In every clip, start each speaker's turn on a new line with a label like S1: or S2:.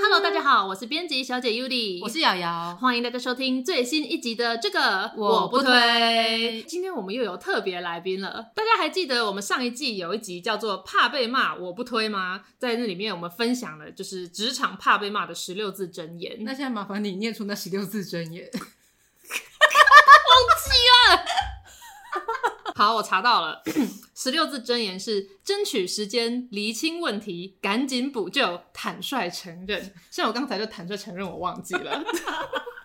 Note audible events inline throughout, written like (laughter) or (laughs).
S1: Hello，大家好，我是编辑小姐 Yuli，
S2: 我是瑶瑶，
S1: 欢迎大家收听最新一集的这个
S2: 我不推。
S1: 今天我们又有特别来宾了，大家还记得我们上一季有一集叫做“怕被骂我不推”吗？在那里面我们分享了就是职场怕被骂的十六字真言。
S2: 那现在麻烦你念出那十六字真言。
S1: 好，我查到了， (clears throat) 十六字真言是：争取时间，厘清问题，赶紧补救，坦率承认。像我刚才就坦率承认，我忘记了。 (laughs)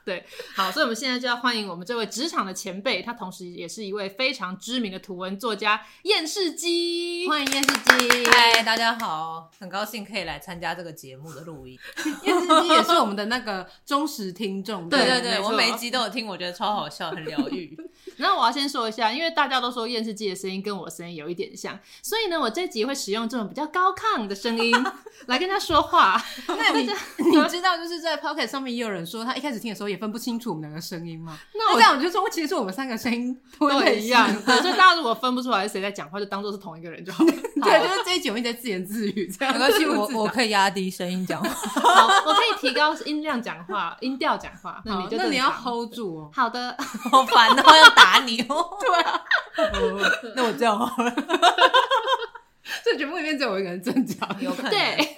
S1: 对，好，所以我们现在就要欢迎我们这位职场的前辈，他同时也是一位非常知名的图文作家燕世基。
S3: 欢迎电视机！嗨，大家好，很高兴可以来参加这个节目的录音。
S2: 叶子基也是我们的那个忠实听众，
S3: 对
S2: 对
S3: 对
S2: 不
S1: 没
S3: 对，
S1: 错
S3: 我每一集都有听，我觉得超好笑，很疗
S2: (laughs)
S3: 愈。
S1: 然后我要先说一下，因为大家都说燕世基的声音跟我声音有一点像，所以呢，我这集会使用这种比较高亢的声音来跟他
S2: (laughs)
S1: 说话。
S2: 那你你知道就是在 Pocket 上面也有人说，他一开始听的时候也分不清楚我们两个声音吗？ (laughs) 那
S1: 我
S2: 这样我就说，其实我们三个声音都
S1: 都
S2: 很
S1: 一样，对，所以大家如果分不出来是谁在讲话，就当做是同一个人就好了。
S2: (laughs) 对，就是这一集我们一直在自言自语，这样
S3: 没关系，
S2: (laughs)
S3: 我
S2: 自己
S3: 我可以压低声音讲话。
S1: 好，我可以提高音量讲话，音调讲话。那
S2: 好
S1: 你就
S2: 那你要
S1: 正常
S2: hold 住哦。
S1: 好的，
S3: 好烦哦，要打你 (laughs) 哦。
S2: 哦
S3: 那我这样好了，
S2: (laughs) 这节目里面只有我一个人正常。
S3: 有可能。
S1: 对，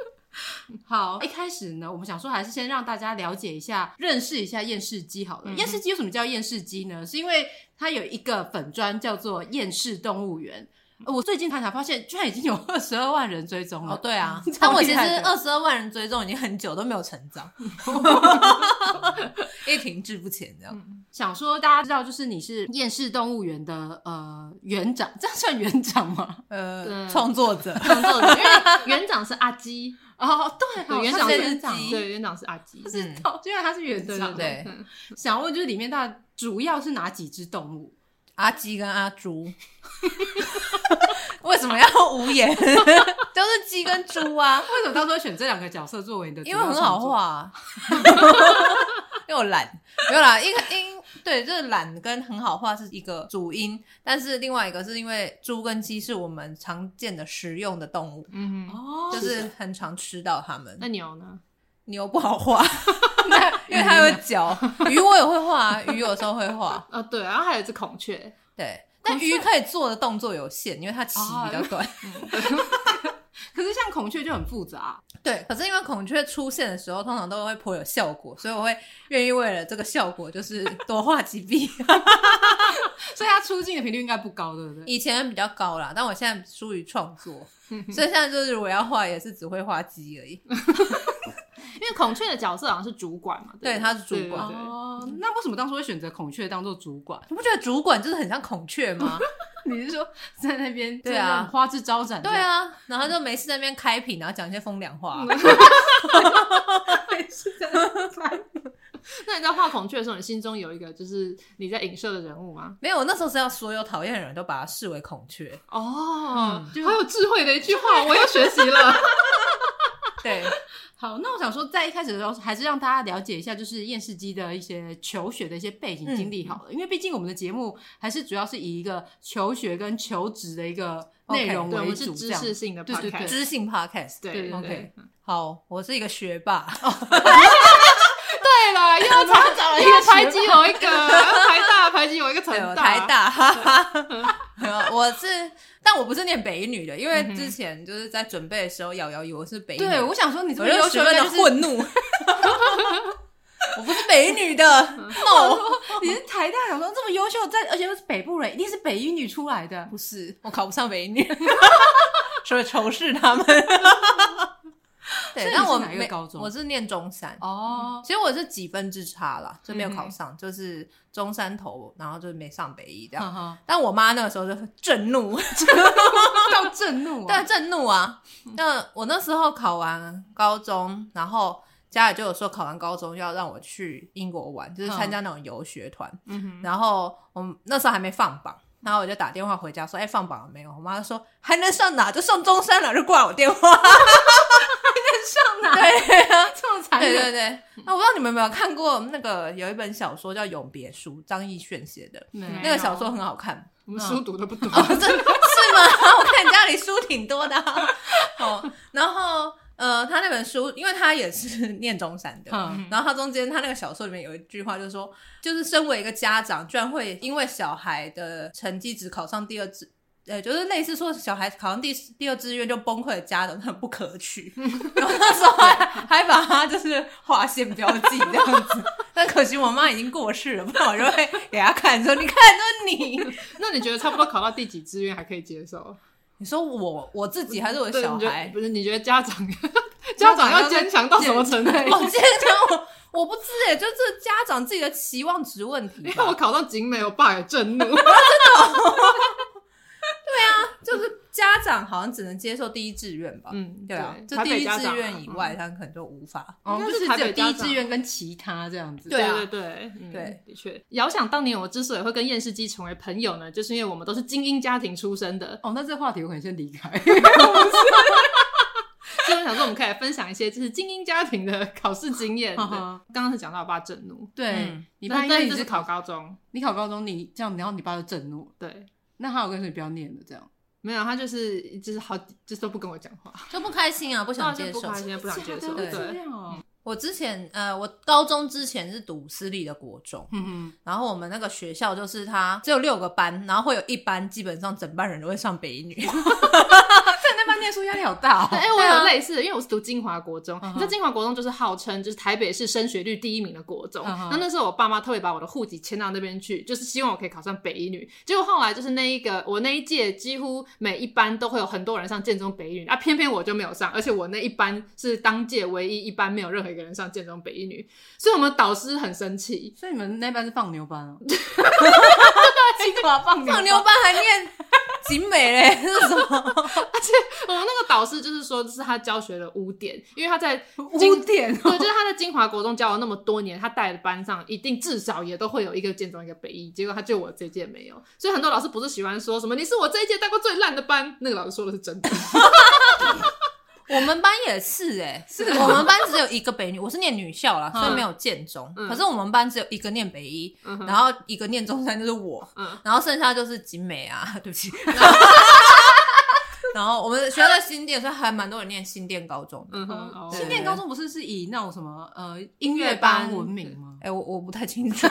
S2: (laughs) 好，一开始呢，我们想说还是先让大家了解一下、认识一下厌世鸡好了。厌世鸡为什么叫厌世鸡呢？是因为它有一个粉砖叫做厌世动物园。呃我最近看才发现，居然已经有二十二万人追踪了。，
S3: 哦，对啊但
S2: (laughs) 超
S3: 我
S2: 厉
S3: 其实
S2: 害的
S3: 二十二万人追踪已经很久都没有成
S1: (laughs)
S3: 长，一停滞不前这样。
S2: 想说大家知道，就是你是厌世动物园的呃园长，这样算园长吗？
S3: 呃
S1: 对，
S3: 创作者，
S1: (laughs) 创作者，因为园长是阿基，
S2: 哦，对，
S1: 对
S2: 好
S1: 园
S2: 像
S1: 长
S2: 是
S1: 是
S2: 园长，嗯
S3: 鸡
S1: 对，园长是阿基
S2: 不。 (laughs) 知
S3: 嗯
S2: 道，居然他是园
S1: 对
S2: 长。
S1: 对
S3: 对
S1: 嗯
S2: 想问就是里面大主要是哪几只动物？
S3: 阿鸡跟阿猪。 (laughs) 为什么要无言？ (laughs) 都是鸡跟猪啊。
S2: 为什么当初会选这两个角色作为你的？
S3: 因为很好。画，啊因为我懒，没有啦，一个因对，就是懒跟很好画是一个主因，但是另外一个是因为猪跟鸡是我们常见的食用的动物，
S1: 嗯哼，
S2: 哦，
S3: 就是很常吃到它们
S1: 那。牛呢？
S3: 牛不好画，因为它有脚。鱼我也会画啊，鱼有时候会
S1: (laughs)
S3: 画，
S1: 呃，对，然后还有一只孔雀，
S3: 对。但鱼可以做的动作有限，因为它鳍比较短。
S2: 可是像孔雀就很复杂，
S3: 对，可是因为孔雀出现的时候，通常都会颇有效果，所以我会愿意为了这个效果，就是多画几笔。
S2: 所以它出镜的频率应该不高，对不
S3: (laughs)
S2: 对？
S3: 以前比较高啦，但我现在疏于创作，所以现在就是我要画也是只会画鸡而已。
S1: 因为孔雀的角色好像是主管嘛，
S3: 对，
S1: 不
S3: 他是主
S1: 对
S3: 管，
S2: 哦，那为什么当初会选择孔雀当做主管？
S3: 你不觉得主管就是很像孔雀吗？
S2: 你是说在那边
S3: 对啊
S2: 在那种花枝招展？
S3: 对，啊，然后就没事在那边开屏，然后讲一些风凉话。
S1: 那你在画孔雀的时候，你心中有一个就是你在影射的人物吗？
S3: 没有，我那时候是要所有讨厌的人都把它视为孔雀。
S1: 哦，
S2: 嗯
S1: 好有智慧的一句话，我又学习了。
S3: 对，
S2: 好，那我想说，在一开始的时候，还是让大家了解一下，就是验视机的一些求学的一些背
S3: 嗯
S2: 景经历好了，因为毕竟我们的节目还是主要是以一个求学跟求职的一个内
S3: OK，
S2: 容
S1: 对，我
S2: 为
S1: 们是
S2: 主，
S1: 知
S2: 这样
S1: 识性的 podcast，
S2: 对对对
S3: 知性 podcast。
S1: 对
S2: 对对
S3: OK，好，我是一个学霸。
S1: 对了，又要查找了一个排挤我一个， (laughs) 台大排挤我一个成
S3: 对，我
S1: 大，
S3: 台大，哈哈。 (laughs) 没有我是，但我不是念北一女的，因为之前就是在准备的时候，瑶瑶以为我是北一女的。 (laughs)
S2: 对，我想说你怎么
S3: 有
S2: 优
S3: 学
S2: 秀
S3: 分
S2: 的
S3: 的
S2: 混，
S3: 愤怒。我不是北一女的，no，
S2: (laughs) 你是台大，想说这么优秀，在而且又是北部人，一定是北一女出来
S3: (laughs)
S2: 的。
S3: 不是，我考不上北一女，所以仇视他们。
S2: 所以
S3: 对，
S2: 你
S3: 但
S2: 是
S3: 我
S2: 哪一个
S3: 没
S2: 高中
S3: 我是念中山， (laughs)
S2: 哦，
S3: 其实我是几分之差啦，就没有考上，就是中山头，然后就没上北一这样。
S2: 哈哈，
S3: (laughs) 但我妈那个时候就很震怒，
S2: 到震怒
S3: 对，
S2: 啊！
S3: 震怒 (laughs) 啊！那我那时候考完高中，然后家里就有说考完高中要让我去英国玩，就是参加那种游学团。
S1: 嗯哼，
S3: 然后我们那时候还没放榜，然后我就打电话回家说：“哎、放榜了没有？”我妈就说：“还能上哪？就上中山了。”就挂我电话。
S2: 上哪？
S3: (laughs)
S2: 对啊，这么残
S3: 对
S2: 忍
S3: 对对，那我不知道你们有没有看过那个有一本小说叫《永别书》，张艺轩写的，
S2: 没
S3: 那个小说很好看。 (laughs)
S1: 我们书读的不多，
S3: 哦，
S1: (laughs)
S3: 真的是吗？我 (laughs) 看你家里书挺多的啊、哦，然后呃，他那本书，因为他也是 (laughs) 念中山的。
S2: 嗯，
S3: 然后他中间他那个小说里面有一句话，就是说，就是身为一个家长，居然会因为小孩的成绩只考上第二志，呃，就是类似说小孩考上第第二志愿就崩溃的家长，很不可取。 (laughs) 然后那时候还还把他就是划线标记这样子， (laughs) 但可惜我妈已经过世了，不然我就会给她看说，你看，这是你。
S1: 那你觉得差不多考到第几志愿还可以接受？
S3: 你说我我自己还是我的
S1: 对
S3: 小
S1: 你觉得
S3: 孩？
S1: 不是？你觉得家长 (laughs) 家长要坚强到什么程度？
S3: 我今天讲我我不知哎，就这家长自己的期望值问题
S1: (laughs) 因为我
S3: 吧，
S1: 考到景美，我爸也震怒。
S3: 就是家长好像只能接受第一志愿吧。
S1: (laughs) 嗯，
S3: 对啊，就
S1: 台
S3: 第
S1: 北
S3: 一
S1: 家
S3: 志
S1: 长啊
S3: 愿以外，，他可能就无法。
S2: 哦，
S1: 应该
S2: 就是是
S1: 台
S2: 只有
S1: 北
S2: 第
S1: 家
S2: 一
S1: 长
S2: 志愿跟其他这样子。
S3: 对啊
S1: 对对，嗯
S3: 对，
S1: 的确。遥想当年，我之所以会跟验视机成为朋友呢，就是因为我们都是精英家庭出身的，
S2: 哦，那这话题我可能先离开。
S1: 所以我想说，我们可以来分享一些就是精英家庭的考试经验。对
S2: 哈哈
S1: 刚刚是讲到我爸震怒，
S2: (laughs) 对
S3: 嗯，
S2: 你
S1: 但
S2: 爸
S1: 但
S2: 一
S1: 是这
S2: 直
S1: 是考高中，
S2: 你考高中，你这样，然后你爸就震怒，
S1: 对，
S2: 那他有跟你说你不要念了这样。
S1: 没有，他就是就是好就是都不跟我讲话，
S3: 就不开心啊，不
S1: 不
S3: 想接
S1: 不
S3: 受。
S1: 开心，不想接受，
S2: 对，
S3: 对
S2: 这
S1: 对，
S2: 样哦。
S3: 我之前呃，我高中之前是读私立的国中，
S2: 嗯
S3: 然后我们那个学校就是它只有六个班，然后会有一班基本上整班人都会上 (laughs) 北一女，
S2: 在那班念书压力好大哦。 (laughs)
S1: 哎、
S3: 对
S1: 我
S3: 啊
S1: 有类似的，因为我是读金华国中，
S2: 嗯哼
S1: 你知道金华国中就是号称就是台北市升学率第一名的国中。
S2: 嗯哼
S1: 那那时候我爸妈特别把我的户籍迁到那边去，就是希望我可以考上北一女。结果后来就是那一个我那一届几乎每一班都会有很多人上建中北一女，啊，偏偏我就没有上，而且我那一班是当届唯一一班没有任何一个人上建中北一女，所以我们导师很生气。
S2: 所以你们那班是放牛班啊？ (laughs) 清华放
S3: 放牛班还念景美嘞， (laughs) 这是什么？
S1: 我们那个导师就是说，这是他教学的污点，因为他在
S2: (laughs)
S1: 金
S2: 污点
S1: (laughs)
S2: 哦。
S1: 对，就是他在金华国中教了那么多年，他带的班上一定至少也都会有一个建中一个北一，结果他就我这一届没有，所以很多老师不是喜欢说什么你是我这一届带过最烂的班，那个老师说的是真的，
S3: 我们班也是哎、是我们班只有一个北女，我是念女校啦，所以没有建中。
S1: 嗯
S3: 可是我们班只有一个念北一，
S1: 嗯哼
S3: 然后一个念中山就是我，
S1: 嗯
S3: 然后剩下就是景美啊， (laughs)
S1: (laughs)
S3: 对不起。然后我们学校在新店，所以还蛮多人念新店高中的。
S1: 嗯哼，哦
S3: 对
S2: 新店高中不是是以那种什么呃音
S1: 乐
S2: 乐
S1: 班
S2: 班闻名吗？
S3: 哎、我我不太清
S1: (laughs)
S3: 楚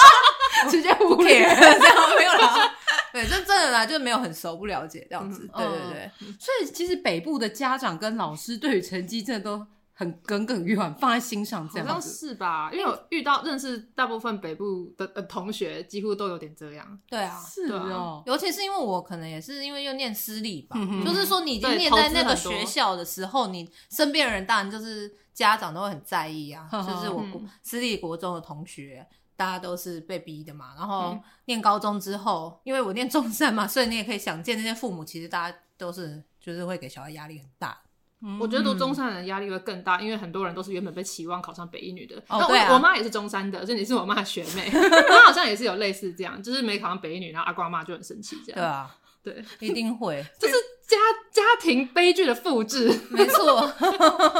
S2: (laughs) 直接忽
S3: ，OK，这样没有啦。对，这真的啦，就是没有很熟，不了解这样子。
S2: 嗯
S3: 对
S1: 哦
S3: 对对，
S2: 所以其实北部的家长跟老师对于成绩真的都很耿耿于怀，放在心上这
S1: 好
S2: 样
S1: 像
S2: 子。
S1: 是吧？因为我遇到认识大部分北部的、呃、同学，几乎都有点这样，
S3: 对啊。
S2: 是哦，
S3: 尤其是因为我可能也是因为又念私立吧，
S2: 嗯哼
S3: 就是说你已经
S1: 对
S3: 念
S1: 投资
S3: 在那个
S1: 很多
S3: 学校的时候，你身边的人当然就是家长都会很在意啊，
S2: 呵呵
S3: 就是我国
S1: 嗯
S3: 私立国中的同学。大家都是被逼的嘛，然后
S1: 嗯
S3: 念高中之后，因为我念中山嘛，所以你也可以想见，那些父母其实大家都是就是会给小孩压力很大。
S2: 嗯
S1: 我觉得读中山的压力会更大，因为很多人都是原本被期望考上北一女的。
S3: 哦
S1: 那我
S3: 对啊
S1: 我妈也是中山的，所以你是我妈的学妹， (laughs) 她好像也是有类似这样，就是没考上北一女，然后阿瓜妈就很生气这
S3: 对
S1: 样。
S3: 啊，
S1: 对对，
S3: 一定会，
S1: 这是家家庭悲剧的复制， (laughs)
S3: 没错。 (laughs)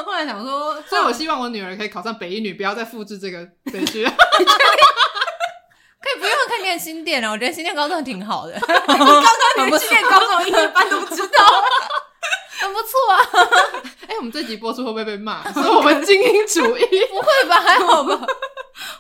S2: 后来想说，
S1: 所以我希望我女儿可以考上北一女，不要再复制这个悲剧。 (laughs) 哎
S3: 可以不用看念新店啊了，我觉得新店高中挺
S2: (laughs)
S3: 好的，
S2: 刚刚新店高中音乐班都不知道， (laughs)
S3: 很不错啊。
S1: 哎、我们这集播出会不会被骂？说我们精英主义，
S3: 不会吧？还好吧？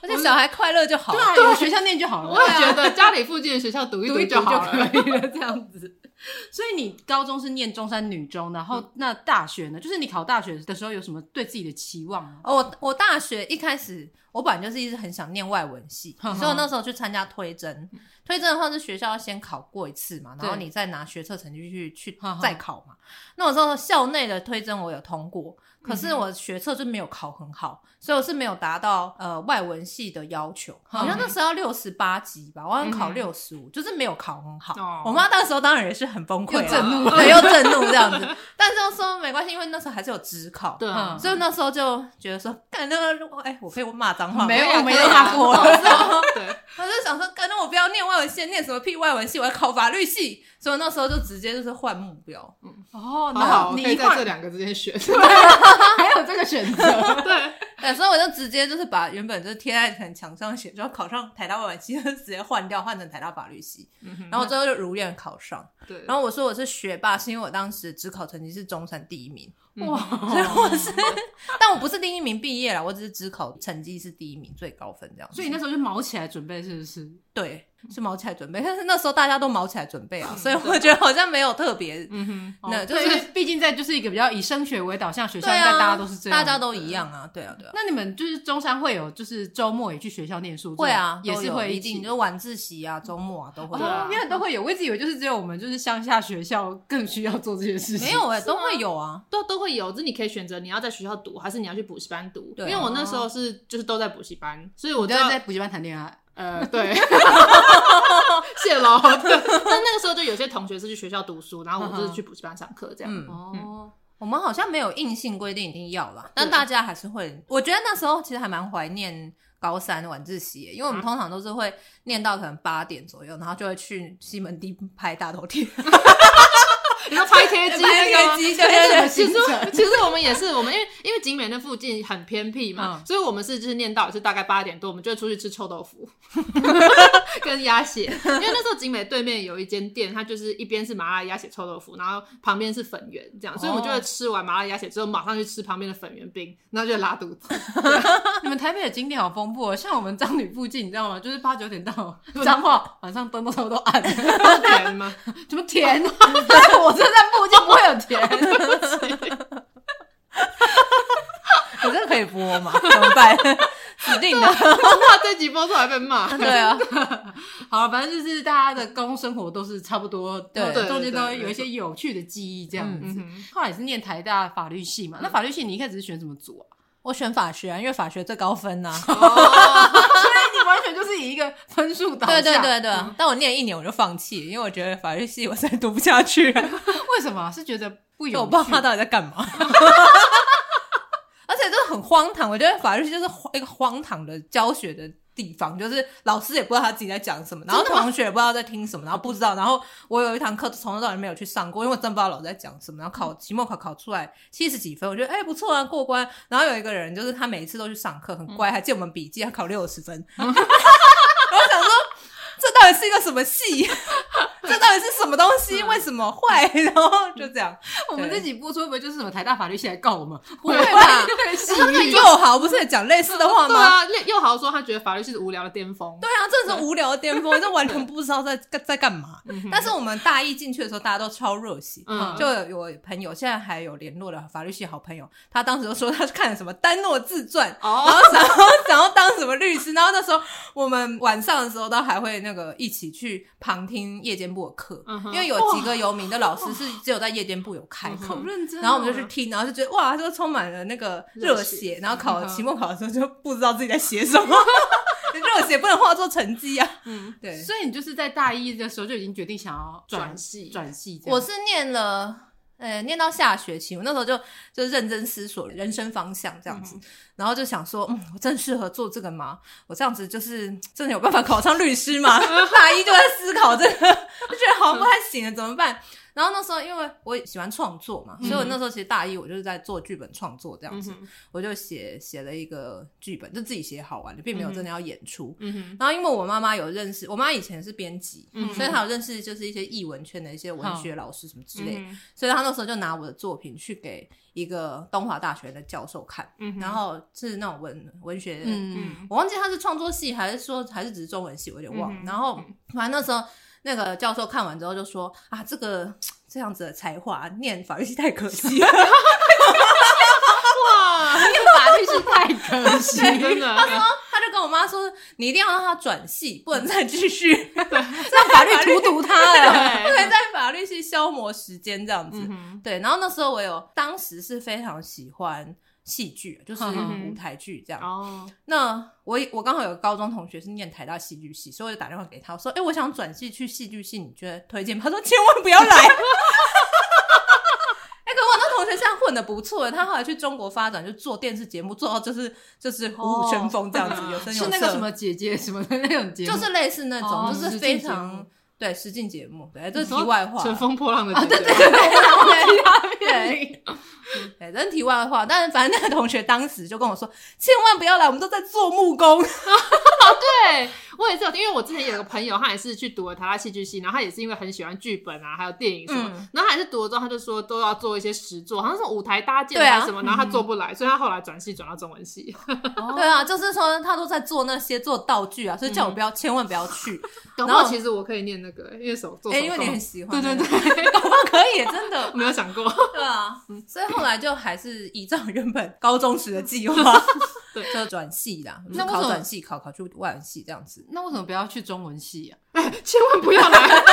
S3: 而且小孩快乐就好。
S2: 啊对啊，有学校念就好了，
S1: (laughs) 我也觉得家里附近的学校读一
S2: 读一
S1: 就
S2: 读就
S1: 好
S2: 可
S1: 了。
S2: 以了，这样子。 (laughs) 所以你高中是念中山女中，然后那大学呢？就是你考大学的时候有什么对自己的期望吗？
S3: 哦，我我大学一开始，我本来就是一直很想念外文系，
S2: 哼哼
S3: 所以我那时候去参加推甄。推甄的话是学校要先考过一次嘛，然后
S2: 对
S3: 你再拿学测成绩去去
S2: 哼哼
S3: 再考嘛。那我说校内的推甄我有通过，可
S2: 嗯
S3: 是我学测就没有考很好，所以我是没有达到呃外文系的要求。
S2: 哼
S3: 好像那时候要六十八级吧，我好像考
S1: 嗯
S3: 六十五，就是没有考很好。
S1: 哦
S3: 我妈那时候当然也是很崩溃
S1: 又
S3: 啊，
S1: 震怒
S3: 对，又震怒这样子。但是又说没关系，因为那时候还是有职考，嗯
S1: 对啊
S3: 所以那时候就觉得说，干那个，哎、我可以骂脏话
S1: (laughs)
S3: 吗，
S1: 没有
S3: (laughs) 我没有
S1: 可以啊
S3: 骂过。 (laughs)
S1: (laughs) 对，
S3: 我就想说，干那我不要念外文系，念什么屁外文系，我要考法律系。所以那时候就直接就是换目
S1: (laughs)
S3: 标，
S2: 哦，
S1: 好
S2: 然后
S1: 好，
S2: 你
S1: 可以
S2: 一
S1: 在
S2: 换
S1: 这两个之间选。
S2: 还有这个选 (laughs) 择，
S1: 对，
S3: 对，哎所以我就直接就是把原本就是贴在可能墙上写，就要考上台大外文系，就直接换掉，换成台大法律系。然后最后就如愿考上。
S1: (laughs) 嗯对，
S3: 然后我说我是学霸，是因为我当时职考成绩是中山第一名，
S1: 哇，
S3: 所以我是，哦 (laughs) 但我不是第一名毕业啦，我只是职考成绩是第一名，最高分这样子。
S2: 所以你那时候就毛起来准备，是不是？
S3: 对，是毛起来准备，但是那时候大家都毛起来准备啊，所以我觉得好像没有特别，
S1: 嗯
S2: 哦
S3: 那就
S2: 对因为
S3: 是
S2: 毕竟在就是一个比较以升学为导向的学校，
S3: 对
S2: 应
S3: 啊，
S2: 该大家都是这样，
S3: 大家。都一样啊，对啊，对啊，
S2: 那你们就是中山会有，就是周末也去学校念书这种，
S3: 会啊，
S2: 也
S3: 都
S2: 是
S3: 有
S2: 会
S3: 一定，
S2: 起
S3: 就晚自习啊，周末啊都会
S1: 对
S2: 哦，
S1: 啊
S3: 啊，
S2: 因为都会有。我一直以为就是只有我们就是乡下学校更需要做这些事情，
S3: 没有哎，都会有啊，
S1: 哼，都都会有，就是你可以选择你要在学校读，还是你要去补习班读。因
S3: 对啊
S1: 为我那时候是就是都在补习班，所以我
S2: 我
S1: 知
S2: 都
S1: 道
S2: 要在补习班谈恋爱。
S1: 呃， (laughs) 对，谢喽。对，但那个时候就有些同学是去学校读书，然后我就是去补习班上课这样。
S3: 嗯。
S2: 哦，
S3: 我们好像没有硬性规定一定要
S2: 啊
S3: 啦，但
S1: 对
S3: 大家还是会。我觉得那时候其实还蛮怀念高三晚自习耶，因为
S2: 嗯
S3: 我们通常都是会念到可能八点左右，然后就会去西门町拍大头
S2: (laughs)
S3: 贴，
S2: 啊
S1: 你说拍贴机那
S3: 拍
S1: 个吗
S3: 贴机对
S1: 哎
S3: 对对
S1: 这其实 (laughs) 其实我们也是，我们因为因为景美那附近很偏僻嘛，
S3: 嗯
S1: 所以我们是就是念到也是大概八点多，我们就会出去吃臭豆
S3: (laughs)
S1: 腐跟鸭血，因为那时候景美对面有一间店，它就是一边是麻辣鸭血臭豆腐，然后旁边是粉圆这样，所以我们就
S3: 哦
S1: 会吃完麻辣鸭血之后，马上去吃旁边的粉圆冰，然后就拉肚
S3: (laughs)
S1: 子。
S2: (laughs) 你们台北的景点好丰富哦，像我们彰女附近，你知道吗？就是八九点到彰化，晚上灯都差不多暗了，
S1: 甜吗？ (laughs)
S2: 怎么甜？我 (laughs)
S3: 嗯
S2: 这在附近不会有甜。
S3: 我这个可以播吗？怎么 (laughs) 办？指定的。
S1: 哇，这集播出来被
S2: (laughs)
S1: 骂。
S3: 对啊，
S2: 好了，反正就是大家的高中生活都是差不多，
S3: 对
S2: 然后中
S1: 对对
S2: 间
S1: 对
S2: 都会有一些有趣的记忆这样
S3: 嗯
S2: 子。
S1: (laughs) 嗯
S2: 后来也是念台大法律系嘛，那法律系你一开始是选什么组啊？
S3: 我选法学啊，因为法学最高分呐、
S1: 哦，
S2: 所以你完全就是以一个分数导
S3: 对
S2: 向，
S3: 对对对，但我念一年我就放弃，因为我觉得法律系我实在读不下去、啊，
S2: 为什么啊是觉得不
S3: 就
S2: 有
S3: 我不知道
S2: 趣
S3: 他到底在干嘛。 (laughs) 而且就是很荒唐，我觉得法律系就是一个荒唐的教学的地方，就是老师也不知道他自己在讲什么，然后同学也不知道在听什么，然后不知道，然后我有一堂课从头到尾没有去上过，因为我真不知道老师在讲什么，然后考期末考考出来七十几分，我觉得哎、不错啊过关。然后有一个人就是他每一次都去上课，很乖，还借我们笔记，他考六十分， (laughs) 然后我想说。这到底是一个什么戏？ (laughs) 这到底是什么东西？为什么坏？ (laughs) 然后就这样，
S2: 我们这
S3: 对
S2: 集播出会不会就是什么台大法律系来告我们？
S3: 不会 (laughs) 吧？
S2: 对，
S3: 可是那个幼豪不是也讲类似的话
S1: 对
S3: 吗？
S1: 啊，又又豪说他觉得法律是无聊的巅峰。
S3: 对啊，这是无聊的巅
S1: (laughs)
S3: 峰，这完全不知道在在干嘛。但是我们大一进去的时候，大家都超热血。
S1: 嗯，
S3: 就有我朋友，现在还有联络的法律系好朋友，他当时就说他是看了什么丹诺自传，然
S1: 哦，
S3: 后想要想要当什么律师，然后那时候我们晚上的时候都还会那个一起去旁听夜间部的课，
S1: 嗯哼嗯
S3: 因为有几个有名的老师是只有在夜间部有开课，
S2: 认真
S3: 然后我们就去听，然后就觉得哇，就充满了那个嗯热血，嗯然后考期末考的时候就不知道自己在写什么， (laughs) 热血不能化作成绩啊。
S1: 嗯，
S3: 对，
S2: 所以你就是在大一的时候就已经决定想要转
S1: 转系
S2: 转系这样。
S3: 我是念了。呃，念到下学期，我那时候就就认真思索人生方向这样子，然后就想说，嗯，我真适合做这个吗？我这样子就是真的有办法考上律师吗？ (laughs) 大一就在思考这个，就觉得好像不太行了，怎么办？然后那时候因为我也喜欢创作嘛，所以我那时候其实大一我就是在做剧本创作这样
S1: 嗯
S3: 子，
S1: 哼，
S3: 我就写写了一个剧本，就自己写好玩的，并没有真的要演出。
S1: 嗯哼，
S3: 然后因为我妈妈有认识，我妈以前是编辑，
S1: 嗯
S3: 所以她有认识就是一些译文圈的一些文学老师什么之类的，
S1: 嗯哼
S3: 所以她那时候就拿我的作品去给一个东华大学的教授看，
S1: 嗯哼
S3: 然后是那种文文学，
S2: 嗯
S1: 嗯
S3: (laughs) 我忘记他是创作系还是说还是只是中文系，我有点忘
S1: 嗯
S3: 了。
S1: 哼
S3: 然后反正那时候那个教授看完之后就说啊，这个这样子的才华念法律系太可惜了。
S1: 哇，
S3: (laughs)
S1: 法律是太可惜，真的。
S3: 他就跟我妈说，你一定要让他转系，不能再继续 (laughs) 让法律荼毒他了，
S1: 对
S3: (laughs) 不能在法律系消磨时间这样子。
S1: 嗯哼，
S3: 对，然后那时候我有，当时是非常喜欢戏剧，就是
S2: 嗯
S1: 嗯
S3: 舞台剧这样。
S1: 哦，
S3: 那我我刚好有个高中同学是念台大戏剧系，所以我就打电话给他，我说：“哎、我想转系去戏剧系，你觉得推荐吗？”他说：“千万不要来。” (laughs) 哎、可我那同学现在混的不错的，他后来去中国发展，就做电视节目，做到就是就是虎虎生风这样子，有声有
S2: 哦
S3: 色，
S2: 是那个什么姐姐什么的那种节目，
S3: 就是类似那种，
S2: 哦
S3: 就是
S2: 实境
S3: 非
S2: 节目
S3: 常对实境节目，对，这是题外话。 (laughs)
S1: 乘风破浪的
S3: 啊，
S1: 姐姐
S3: 对对对，对 (laughs) 对对，真题外话。但是反正那个同学当时就跟我说，千万不要来，我们都在做木工。
S1: 对， (laughs) 我也是有听，因为我之前有个朋友，他也是去读了台大戏剧系，然后他也是因为很喜欢剧本啊，还有电影什么，
S3: 嗯
S1: 然后他也是读了之后，他就说都要做一些实作，好像是舞台搭建
S3: 对啊
S1: 还是什么，然后他做不来，所以他后来转系转到中文系。
S3: 对啊，就是说他都在做那些做道具啊，所以叫我不要，千万不要 (laughs) 去。
S1: 搞不
S3: 然
S1: 好
S3: 后
S1: 其实我可以念那个，因为手做
S3: 哎、
S1: 手
S3: 因为
S1: 工
S3: 你很喜欢，
S1: 对对
S3: 对，
S1: 对， (laughs)
S3: 搞不好 (laughs) 可以，真的。
S1: 没有想
S3: (laughs)
S1: 过，
S3: 对啊，所以后来就还是依照原本高中时的 (laughs) 计划，
S1: 对
S3: 就转系啦，
S2: 那为什
S3: 考
S2: 么
S3: 转系，考考去外文系这样子。
S2: 那为什么不要去中文系啊？
S1: 千万不要
S3: (laughs)
S1: 来。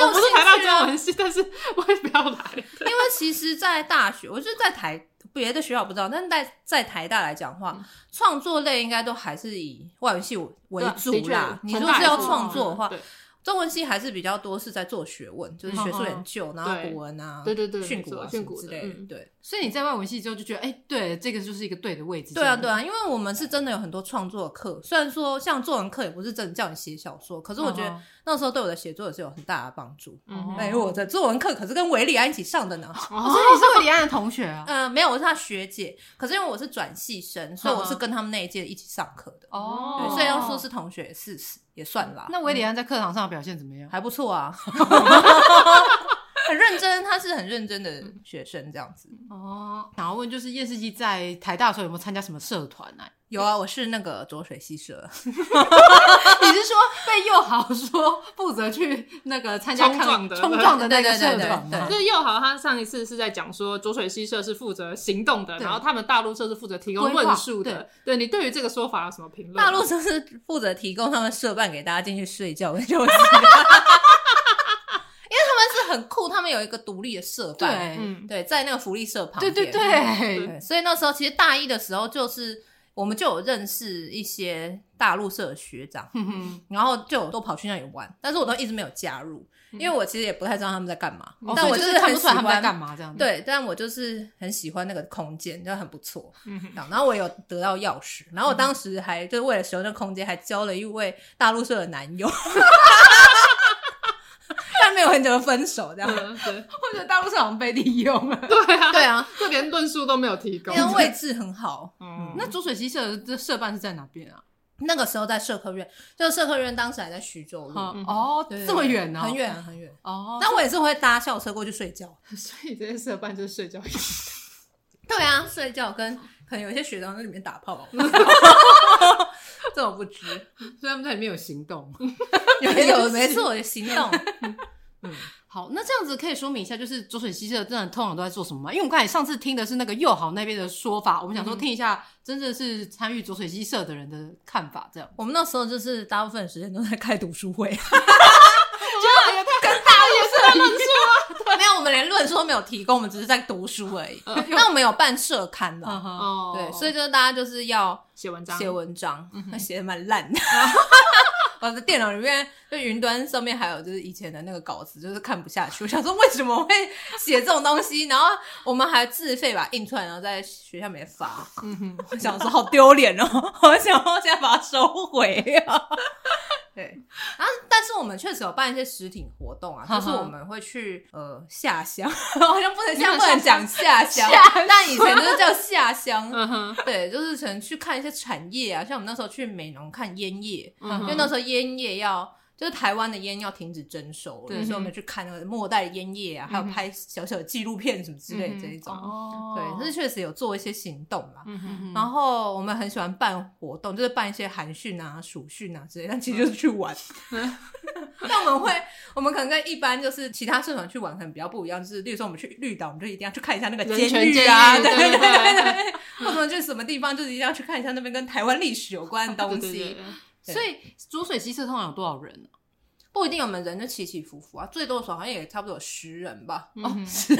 S3: 有
S1: 我不是台大
S3: 兴趣啊
S1: 中文系，但是我也不要来。
S3: 因为其实，在大学，我就是在台别的学校不知道，但是在在台大来讲的话，创、作类应该都还是以外文系为 (laughs) 为主
S1: 对啊
S3: 啦
S1: 的确。
S3: 你如果是要创作嗯的话，
S1: 对
S3: 中文系还是比较多是在做学问，就是学术研究，然后
S1: 对
S3: 古文啊，
S1: 对对对，
S3: 训
S1: 没
S3: 诂
S1: 错
S3: 啊
S1: 训
S3: 什么
S1: 诂
S3: 之
S1: 的
S3: 类的，
S1: 嗯
S3: 对。
S2: 所以你在外文系之后就觉得，哎、对，这个就是一个对的位置。
S3: 对啊，
S2: 这样
S3: 对啊，因为我们是真的有很多创作课，虽然说像作文课也不是真的叫你写小说，可是我觉
S2: 嗯
S3: 得
S2: 哼
S3: 那时候对我的写作也是有很大的帮助。
S1: 嗯哼
S3: 哎、我的作文课可是跟维里安一起上的呢。
S2: 哦，
S3: (laughs)
S2: 所以你是魏李安的同学啊？
S3: 嗯、没有，我是他学姐，可是因为我是转系生，所以我
S2: 嗯
S3: 是跟他们那一届一起上课的。
S2: 哦
S3: 对，所以要说是同学也是也算啦，
S2: 那维里安在课堂上的表现怎么样？
S3: 还不错 (laughs) 啊，很认真，他是很认真的学生这样子。
S2: 哦，想要问就是叶世纪在台大的时候有没有参加什么社团啊？ (laughs)
S3: 有啊，我是那个浊水溪社，
S2: 你是说被佑豪说负责去那个参加
S1: 冲
S2: 抗
S1: 撞的
S2: 冲撞的那个
S3: 对对
S2: 社
S3: 对对
S2: 团吗
S3: 对？
S1: 就是佑豪他上一次是在讲说浊水溪社是负责行动的，
S2: 对
S1: 然后他们大陆社是负责提供
S2: 规划
S1: 论述的。对你对于这个说法有什么评论吗？
S3: 大陆就是负责提供他们社办给大家进去睡觉跟 (laughs) 休息，因为他们是很酷，他们有一个独立的社办，
S2: 对
S1: 嗯，
S3: 对，在那个福利社旁
S2: 对对
S3: 边，
S1: 对
S2: 对，
S3: 对，所以那时候其实大一的时候，就是我们就有认识一些大陆社的学长，
S1: 嗯
S2: 哼哼
S3: 然后就有都跑去那里玩，但是我都一直没有加入，因为我其实也不太知道他们在干嘛，
S2: 哦
S3: 但我
S2: 所以是
S3: 是
S2: 看
S3: 很
S2: 不出
S3: 喜
S2: 来他们在
S3: 欢。
S2: 干嘛这样子。
S3: 对，但我就是很喜欢那个空间，就很不错。嗯，然后我有得到钥匙，然后我当时还就是为了使用那空间，还交了一位大陆社的男友， (laughs) 但没有很久就分手这样。
S1: 嗯对
S2: 我觉得大陆社好像被利用了。
S1: 对啊，
S3: 对啊，
S1: 就连论述都没有提供。
S3: 那个位置很好，
S1: 嗯，
S2: (laughs) 那浊水溪社的社办是在哪边啊？
S3: 那个时候在社科院，就是社科院当时还在徐州路，
S2: 嗯哦，
S3: 对对对
S2: 这么远呢？
S3: 很远啊很远。
S2: 哦。
S3: 那我也是会搭校车过去睡觉。
S1: (laughs) 所以这些社办就是睡觉用。 (laughs)
S3: 对啊，睡觉跟可能有一些学长在里面打炮，这我不
S2: (laughs)
S3: 知。
S2: 所以他们在里面有行动。
S3: 有有没错，我的行动。
S2: (laughs) 好，那这样子可以说明一下，就是浊水溪社真的通常都在做什么吗？因为我们刚才上次听的是那个佑豪那边的说法，我们
S3: 嗯
S2: 想说听一下真正是参与浊水溪社的人的看法，这样。
S3: 我们那时候就是大部分时间都在开读书会，啊
S2: (laughs)
S3: 跟大陆社一样。没有，我们连论述都没有提供，我们只是在读书而 (laughs) 已。那我们有办社刊
S2: 嗯
S3: 的，
S2: 哼，
S1: 哦，
S3: 对，所以就是大家就是要
S1: 写文章，
S3: 写文章，嗯那写的蛮 (laughs) 烂的。我的哦电脑里面，就云端上面还有就是以前的那个稿子，就是看不下去。我想说，为什么会写这种东西？然后我们还自费把它印出来，然后在学校里面发。
S1: 嗯
S3: 我想说，好丢脸哦！ (laughs) 我想要现在把它收回 (laughs) 啊。对，然后但是我们确实有办一些实体活动啊，就是我们会去呃下乡， (laughs) 好像不能现在不能讲下乡，但以前就是叫下乡。
S1: (laughs) 嗯哼，
S3: (laughs) 对，就是可能去看一些产业啊，像我们那时候去美浓看烟叶，
S1: 嗯
S3: 因为
S1: 哼，
S3: 那时候烟叶要。就是台湾的烟要停止征收了，
S2: 对
S3: 所以我们去看那个末代的烟叶啊，还有
S1: 嗯哼
S3: 拍小小的纪录片什么之类的
S1: 嗯哼
S3: 这一种。
S2: 哦
S3: 对，就是确实有做一些行动啦。
S1: 嗯哼，
S2: 嗯
S3: 然后我们很喜欢办活动，就是办一些韩训啊、暑训啊之类，但其实就是去玩。
S1: 嗯
S3: (laughs) 但我们会，我们可能跟一般就是其他社团去玩可能比较不一样，就是例如说我们去绿岛，我们就一定要去看一下那个
S1: 人权
S3: 狱
S1: 监
S3: 啊，
S1: 狱
S3: 对
S1: 对
S3: 对
S1: 对
S3: 对对，或者我们去什么地方，就是一定要去看一下那边跟台湾历史有关的
S1: (laughs)
S3: 东
S1: 对
S3: 西。
S1: 对对对，
S3: 对
S2: 所以浊水溪社通常有多少人呢、
S3: 不一定，我们人就起起伏伏啊，最多的时候好像也差不多有十人吧。
S1: 哦，你 (laughs) 是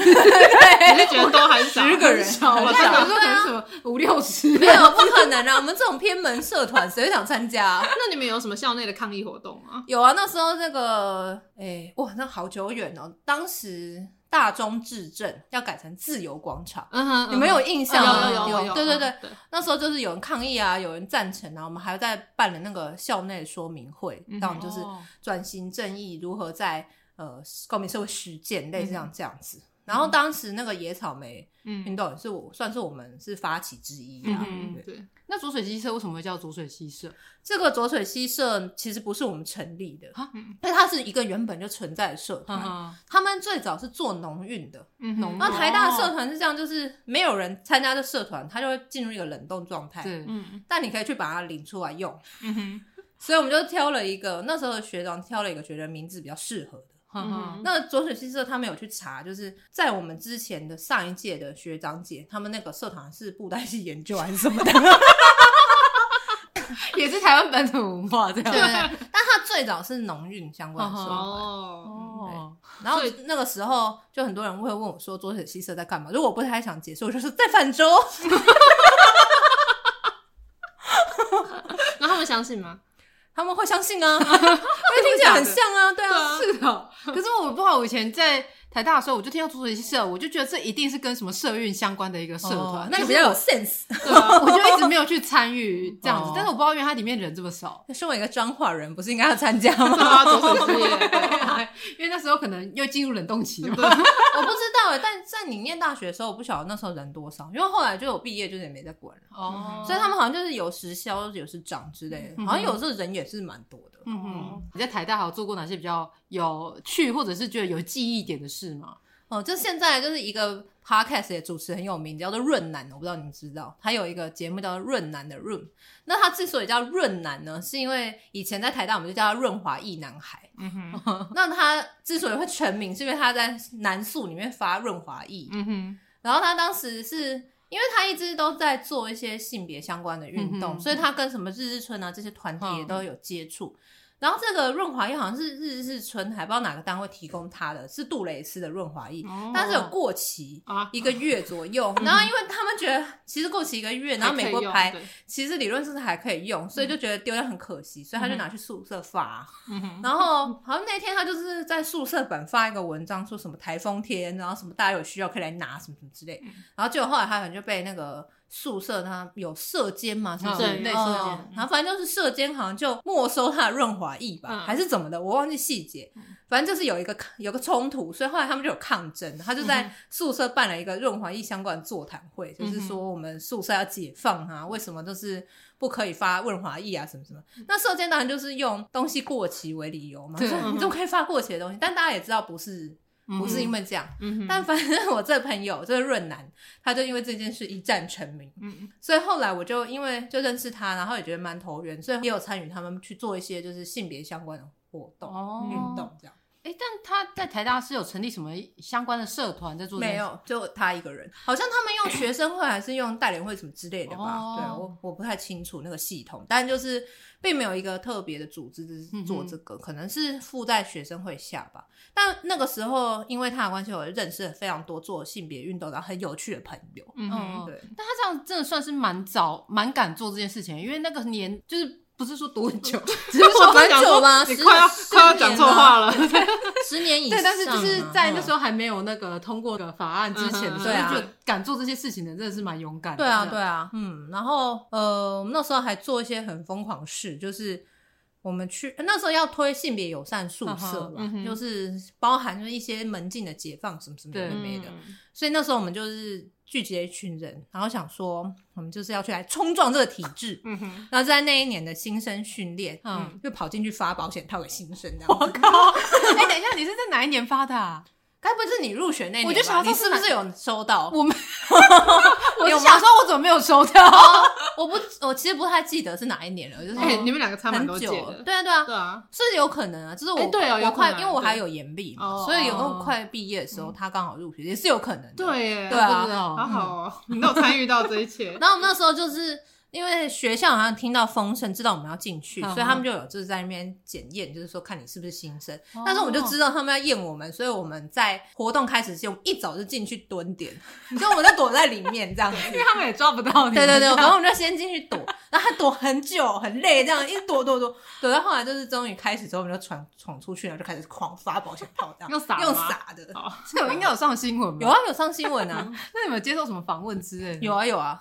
S1: 觉得都还少，
S3: 十个人
S1: 很少
S2: 我
S1: 吧
S3: 很少
S2: 想说可能什么 (laughs) 五六十 (laughs)
S3: (laughs) 没有，不可能啊！我们这种偏门社团，谁会想参加、 (laughs) 啊？
S1: 那你们有什么校内的抗议活动吗？
S3: 有啊，那时候那个，哎、哇，那好久远哦。当时大中至正要改成自由广场，
S1: 嗯哼，
S3: 你们有印象吗？
S1: 有有有，
S3: 对对对。
S1: 对，
S3: 那时候就是有人抗议啊，有人赞成啊，我们还在办了那个校内说明会，
S1: 嗯
S3: 那我们就是
S2: 哦
S3: 转型正义如何在呃公民社会实践，类似像
S2: 嗯
S3: 这样子。然后当时那个野草莓运
S1: 嗯
S3: 动也是我算是我们是发起之一啊，
S1: 嗯
S3: 对
S1: 对，
S2: 那浊水溪社为什么会叫浊水溪社？
S3: 这个浊水溪社其实不是我们成立的
S2: 啊，
S3: 但它是一个原本就存在的社
S2: 嗯
S3: 团。他们最早是做农运
S2: 哦
S3: 的，
S1: 嗯哼
S3: 然
S2: 那
S3: 后台大的社团是这样，就是没有人参加这社团，它就会进入一个冷冻状态。
S2: (laughs) 对，
S1: 嗯
S3: 但你可以去把它领出来用，
S1: 嗯哼
S3: 所以我们就挑了一个，那时候的学长挑了一个觉得名字比较适合的。
S2: 哈哈，
S3: 那左水溪社他们有去查，就是在我们之前的上一届的学长姐，他们那个社团是布袋戏研究还是什么的，
S2: (laughs) 也是台湾本土文化这
S3: 对对
S2: 样。
S3: (laughs) 对。但它最早是农运相关的社团，
S1: 嗯哦，
S2: 哦，
S3: 然后
S1: 所以
S3: 那个时候就很多人会问我说左水溪社在干嘛，如果我不太想解释，我就说在泛舟。
S1: 那他们相信吗？
S3: 他们会相信 (laughs) 啊，因为听起来很像啊，对啊，
S2: 是的。可是我不好，我以前在台大的时候，我就听到浊水溪社，我就觉得这一定是跟什么社运相关的一个社
S3: 哦
S2: 团，
S3: 那你
S2: 可
S3: 比
S2: 是
S3: 较有
S2: 我
S3: sense。 (laughs)
S1: 对啊，
S2: (laughs) 我就一直没有去参与这样子
S3: 哦，。
S2: 但是我不知道，因为它里面人这么少 (laughs)
S3: 身为一个彰化人，不是应该要参加吗？
S1: 对 (laughs) 啊，左手之夜，
S2: 因为那时候可能又进入冷冻期嘛，
S3: (laughs) 我不知道欸，但在你念大学的时候，我不晓得那时候人多少，因为后来就有毕业，就是也没在管了。
S2: 哦
S3: 所以他们好像就是有时消，有时涨之类的，好像有时候人也是蛮多的。
S2: 嗯哼，你在台大还有做过哪些比较有趣或者是觉得有记忆点的事吗？
S3: 哦，就现在就是一个 podcast 的主持人很有名，叫做润南，我不知道你们知道，他有一个节目叫做润南的润。那他之所以叫润南呢，是因为以前在台大我们就叫他润滑一男孩。
S1: 嗯哼，
S3: 那他之所以会成名，是因为他在南宿里面发润滑液，
S1: 嗯哼，
S3: 然后他当时是。因为他一直都在做一些性别相关的运动，
S2: 嗯哼
S3: 所以他跟什么日日春啊这些团体也
S2: 嗯
S3: 都有接触。然后这个润滑液好像是日日春，还不知道哪个单位提供他的，是杜蕾斯的润滑
S2: 哦
S3: 液，但是有过期
S1: 哦啊，
S3: 一个月
S2: (laughs)
S3: 左右。然后因为他们觉得其实过期一个月，然后美国牌其实理论上是还可以用，所以
S2: 嗯
S3: 就觉得丢掉很可惜，所以他就拿去宿舍发啊、
S1: 嗯哼，
S3: 然后好像那天他就是在宿舍版发一个文章，说什么台风天，然后什么大家有需要可以来拿什么什么之类。
S1: 嗯
S3: 然后结果后来他好像就被那个宿舍他有社监嘛，是不是？
S1: 对
S3: 嗯
S1: 对
S2: 社监
S3: 嗯然后反正就是社监好像就没收他的润滑液吧，
S1: 嗯
S3: 还是怎么的，我忘记细节。反正就是有一个有个冲突，所以后来他们就有抗争，他就
S1: 嗯
S3: 在宿舍办了一个润滑液相关的座谈会，就是说我们宿舍要解放啊，为什么就是不可以发润滑液啊，什么什么。那射箭当然就是用东西过期为理由嘛，
S2: 嗯对
S3: 说 (laughs) 你怎么可以发过期的东西？但大家也知道不是不是因为这样，
S1: 嗯哼，
S3: 但反正我这朋友就是润南，他就因为这件事一战成名，
S1: 嗯
S3: 所以后来我就因为就认识他，然后也觉得蛮投缘，所以也有参与他们去做一些就是性别相关的活动、
S2: 哦
S3: 运动这样。
S2: 哎、但他在台大是有成立什么相关的社团在做？
S3: 没，有，就他一个人，好像他们用学生会还是用代联会什么之类的吧？
S2: 哦
S3: 对我我不太清楚那个系统，但就是并没有一个特别的组织是做这个，可能是附在学生会下吧。但那个时候因为他的关系，我认识了非常多做性别运动然后很有趣的朋友。
S1: 嗯哼，
S3: 对，
S2: 但他这样真的算是蛮早、蛮敢做这件事情，因为那个年就是不是说多 (laughs) 久，
S1: 只是
S3: (laughs)
S1: 我
S3: 蛮
S1: 想
S3: 久
S1: 说
S3: 吗
S1: 你
S3: 十
S1: 快要
S3: 十
S1: 快要
S3: 年
S1: 讲错
S3: 了
S1: 话了， (laughs)
S3: 十年以上
S2: 对，
S3: 啊，
S2: 但是就是在那时
S3: 候。
S2: 候还没有那个通过法案之前的时
S3: 嗯嗯嗯
S2: 候，
S3: 对啊
S2: 就觉得敢做这些事情的真的是蛮勇敢的。
S3: 对啊，
S2: 这
S3: 对
S2: 样，
S3: 啊，嗯，然后呃，我们那时候还做一些很疯狂的事，就是我们去呃那时候要推性别友善宿
S2: 嗯哼
S3: 舍吧，
S1: 嗯哼
S3: 就是包含就是一些门禁的解放什么什么有的
S2: 对嗯
S3: 没的，所以那时候我们就是聚集了一群人，然后想说我们就是要去来冲撞这个体制。
S1: 嗯哼，
S3: 然后在那一年的新生训练，
S2: 嗯
S3: 嗯，就跑进去发保险套给新生， (laughs) 这样
S2: 我
S3: 子。
S2: 靠！哎，等一下，你是在哪一年发的啊？
S3: 该不会是你入学那年吧？
S2: 我就想说
S3: 你是不
S2: 是
S3: 是有收到？
S2: 我没，我
S3: 有
S2: 就
S3: 吗
S2: 想说，我怎么没有收到？
S3: 我不，我其实不太记得是哪一年了，就是
S1: 哎、你们两个差蛮
S3: 哦很
S1: 多届
S3: 久了。
S1: 的，
S3: 对啊，对啊，
S1: 对啊，
S3: 是有可能啊，就是我、
S1: 哎对哦有
S3: 我
S1: 可
S3: 快，
S1: 能
S3: 因为我
S1: 对
S3: 还有延毕嘛，
S1: 哦嗯
S3: 所以有
S2: 哦
S3: 我快毕业的时候，他刚好入学，也是有可能的。。
S1: 对耶，
S3: 对啊，
S2: 不知道
S1: 好好哦，你都有参与到这一切
S3: (laughs) 然后我们那时候就是因为学校好像听到风声，知道我们要进去，
S2: 嗯
S3: 所以他们就有就是在那边检验，就是说看你是不是新生。
S2: 哦
S3: (laughs) 但是我们就知道他们要验我们，所以我们在活动开始前，我们一早就进去蹲点，所以我们就躲在里面这样子。
S2: 因为他们也抓不到你。
S3: (laughs) 对对对，
S2: 你知
S3: 然
S2: (laughs)
S3: 后
S2: 道
S3: 我们就先进去躲，然后他躲很久，很累，这样一直躲躲躲，躲到后来就是终于开始之后，我们就闯闯出去，然后就开始狂发保险套，这样
S1: 用撒的
S3: 用
S1: 吗
S3: 撒的，
S1: 好，
S2: 这有应该有上新闻吧？
S3: 有啊，有上新闻 (laughs) 啊，
S2: 那你们有接受什么访问之类的？
S3: 有。啊有啊，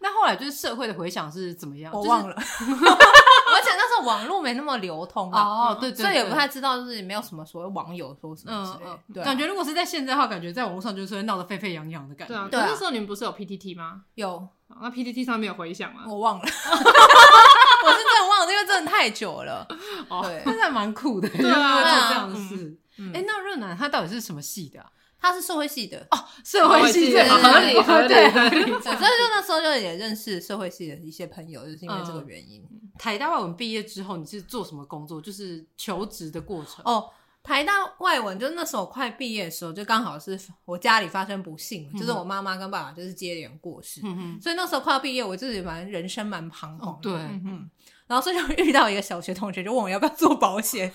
S2: 那后来就是社会的回响是怎么样？
S3: 我
S2: 就是
S3: 忘了， (laughs) 而且那时候网络没那么流通啊，
S2: 哦，对对，
S3: 所以也
S2: 对
S3: 不太知道，就是也没有什么所谓网友说什么
S2: 嗯
S3: 之类的
S2: 嗯，嗯
S3: 对啊、
S2: 感觉如果是在现在的话，感觉在网络上就是会闹得沸沸扬扬的感觉。
S1: 对啊，可
S3: 对啊
S1: 是那时候你们不是有 PTT 吗？
S3: 有，
S1: 哦那 PTT 上面有回响吗？
S3: 我 (laughs) 忘了，我是真的忘了，因为真的太久了。
S1: 哦
S3: 对，
S2: 那还蛮酷的，
S1: 对啊
S2: 就是做这样的事。
S3: 嗯
S2: 哎，那润南他到底是什么系的啊？
S3: 他是社会系的，
S2: 社会系
S1: 社
S2: 最
S3: 会系
S2: 合理，
S1: 合理
S2: 对
S1: 合
S3: (laughs)
S1: 理
S3: 对所
S2: (laughs)
S3: 以就那时候就也认识社会系的一些朋友，就是因为
S2: 嗯
S3: 这个原因。
S2: 台大外文毕业之后，你是做什么工作？就是求职的过程。
S3: 哦，台大外文就那时候我快毕业的时候，就刚好是我家里发生不幸，就是我妈妈跟爸爸就是接连过世，
S2: 嗯哼，
S3: 所以那时候快要毕业，我自己蛮人生蛮彷徨
S2: 哦
S3: 的。
S2: 对，
S3: 嗯，然后所以就遇到一个小学同学，就问我要不要做
S2: (laughs)
S3: 保险。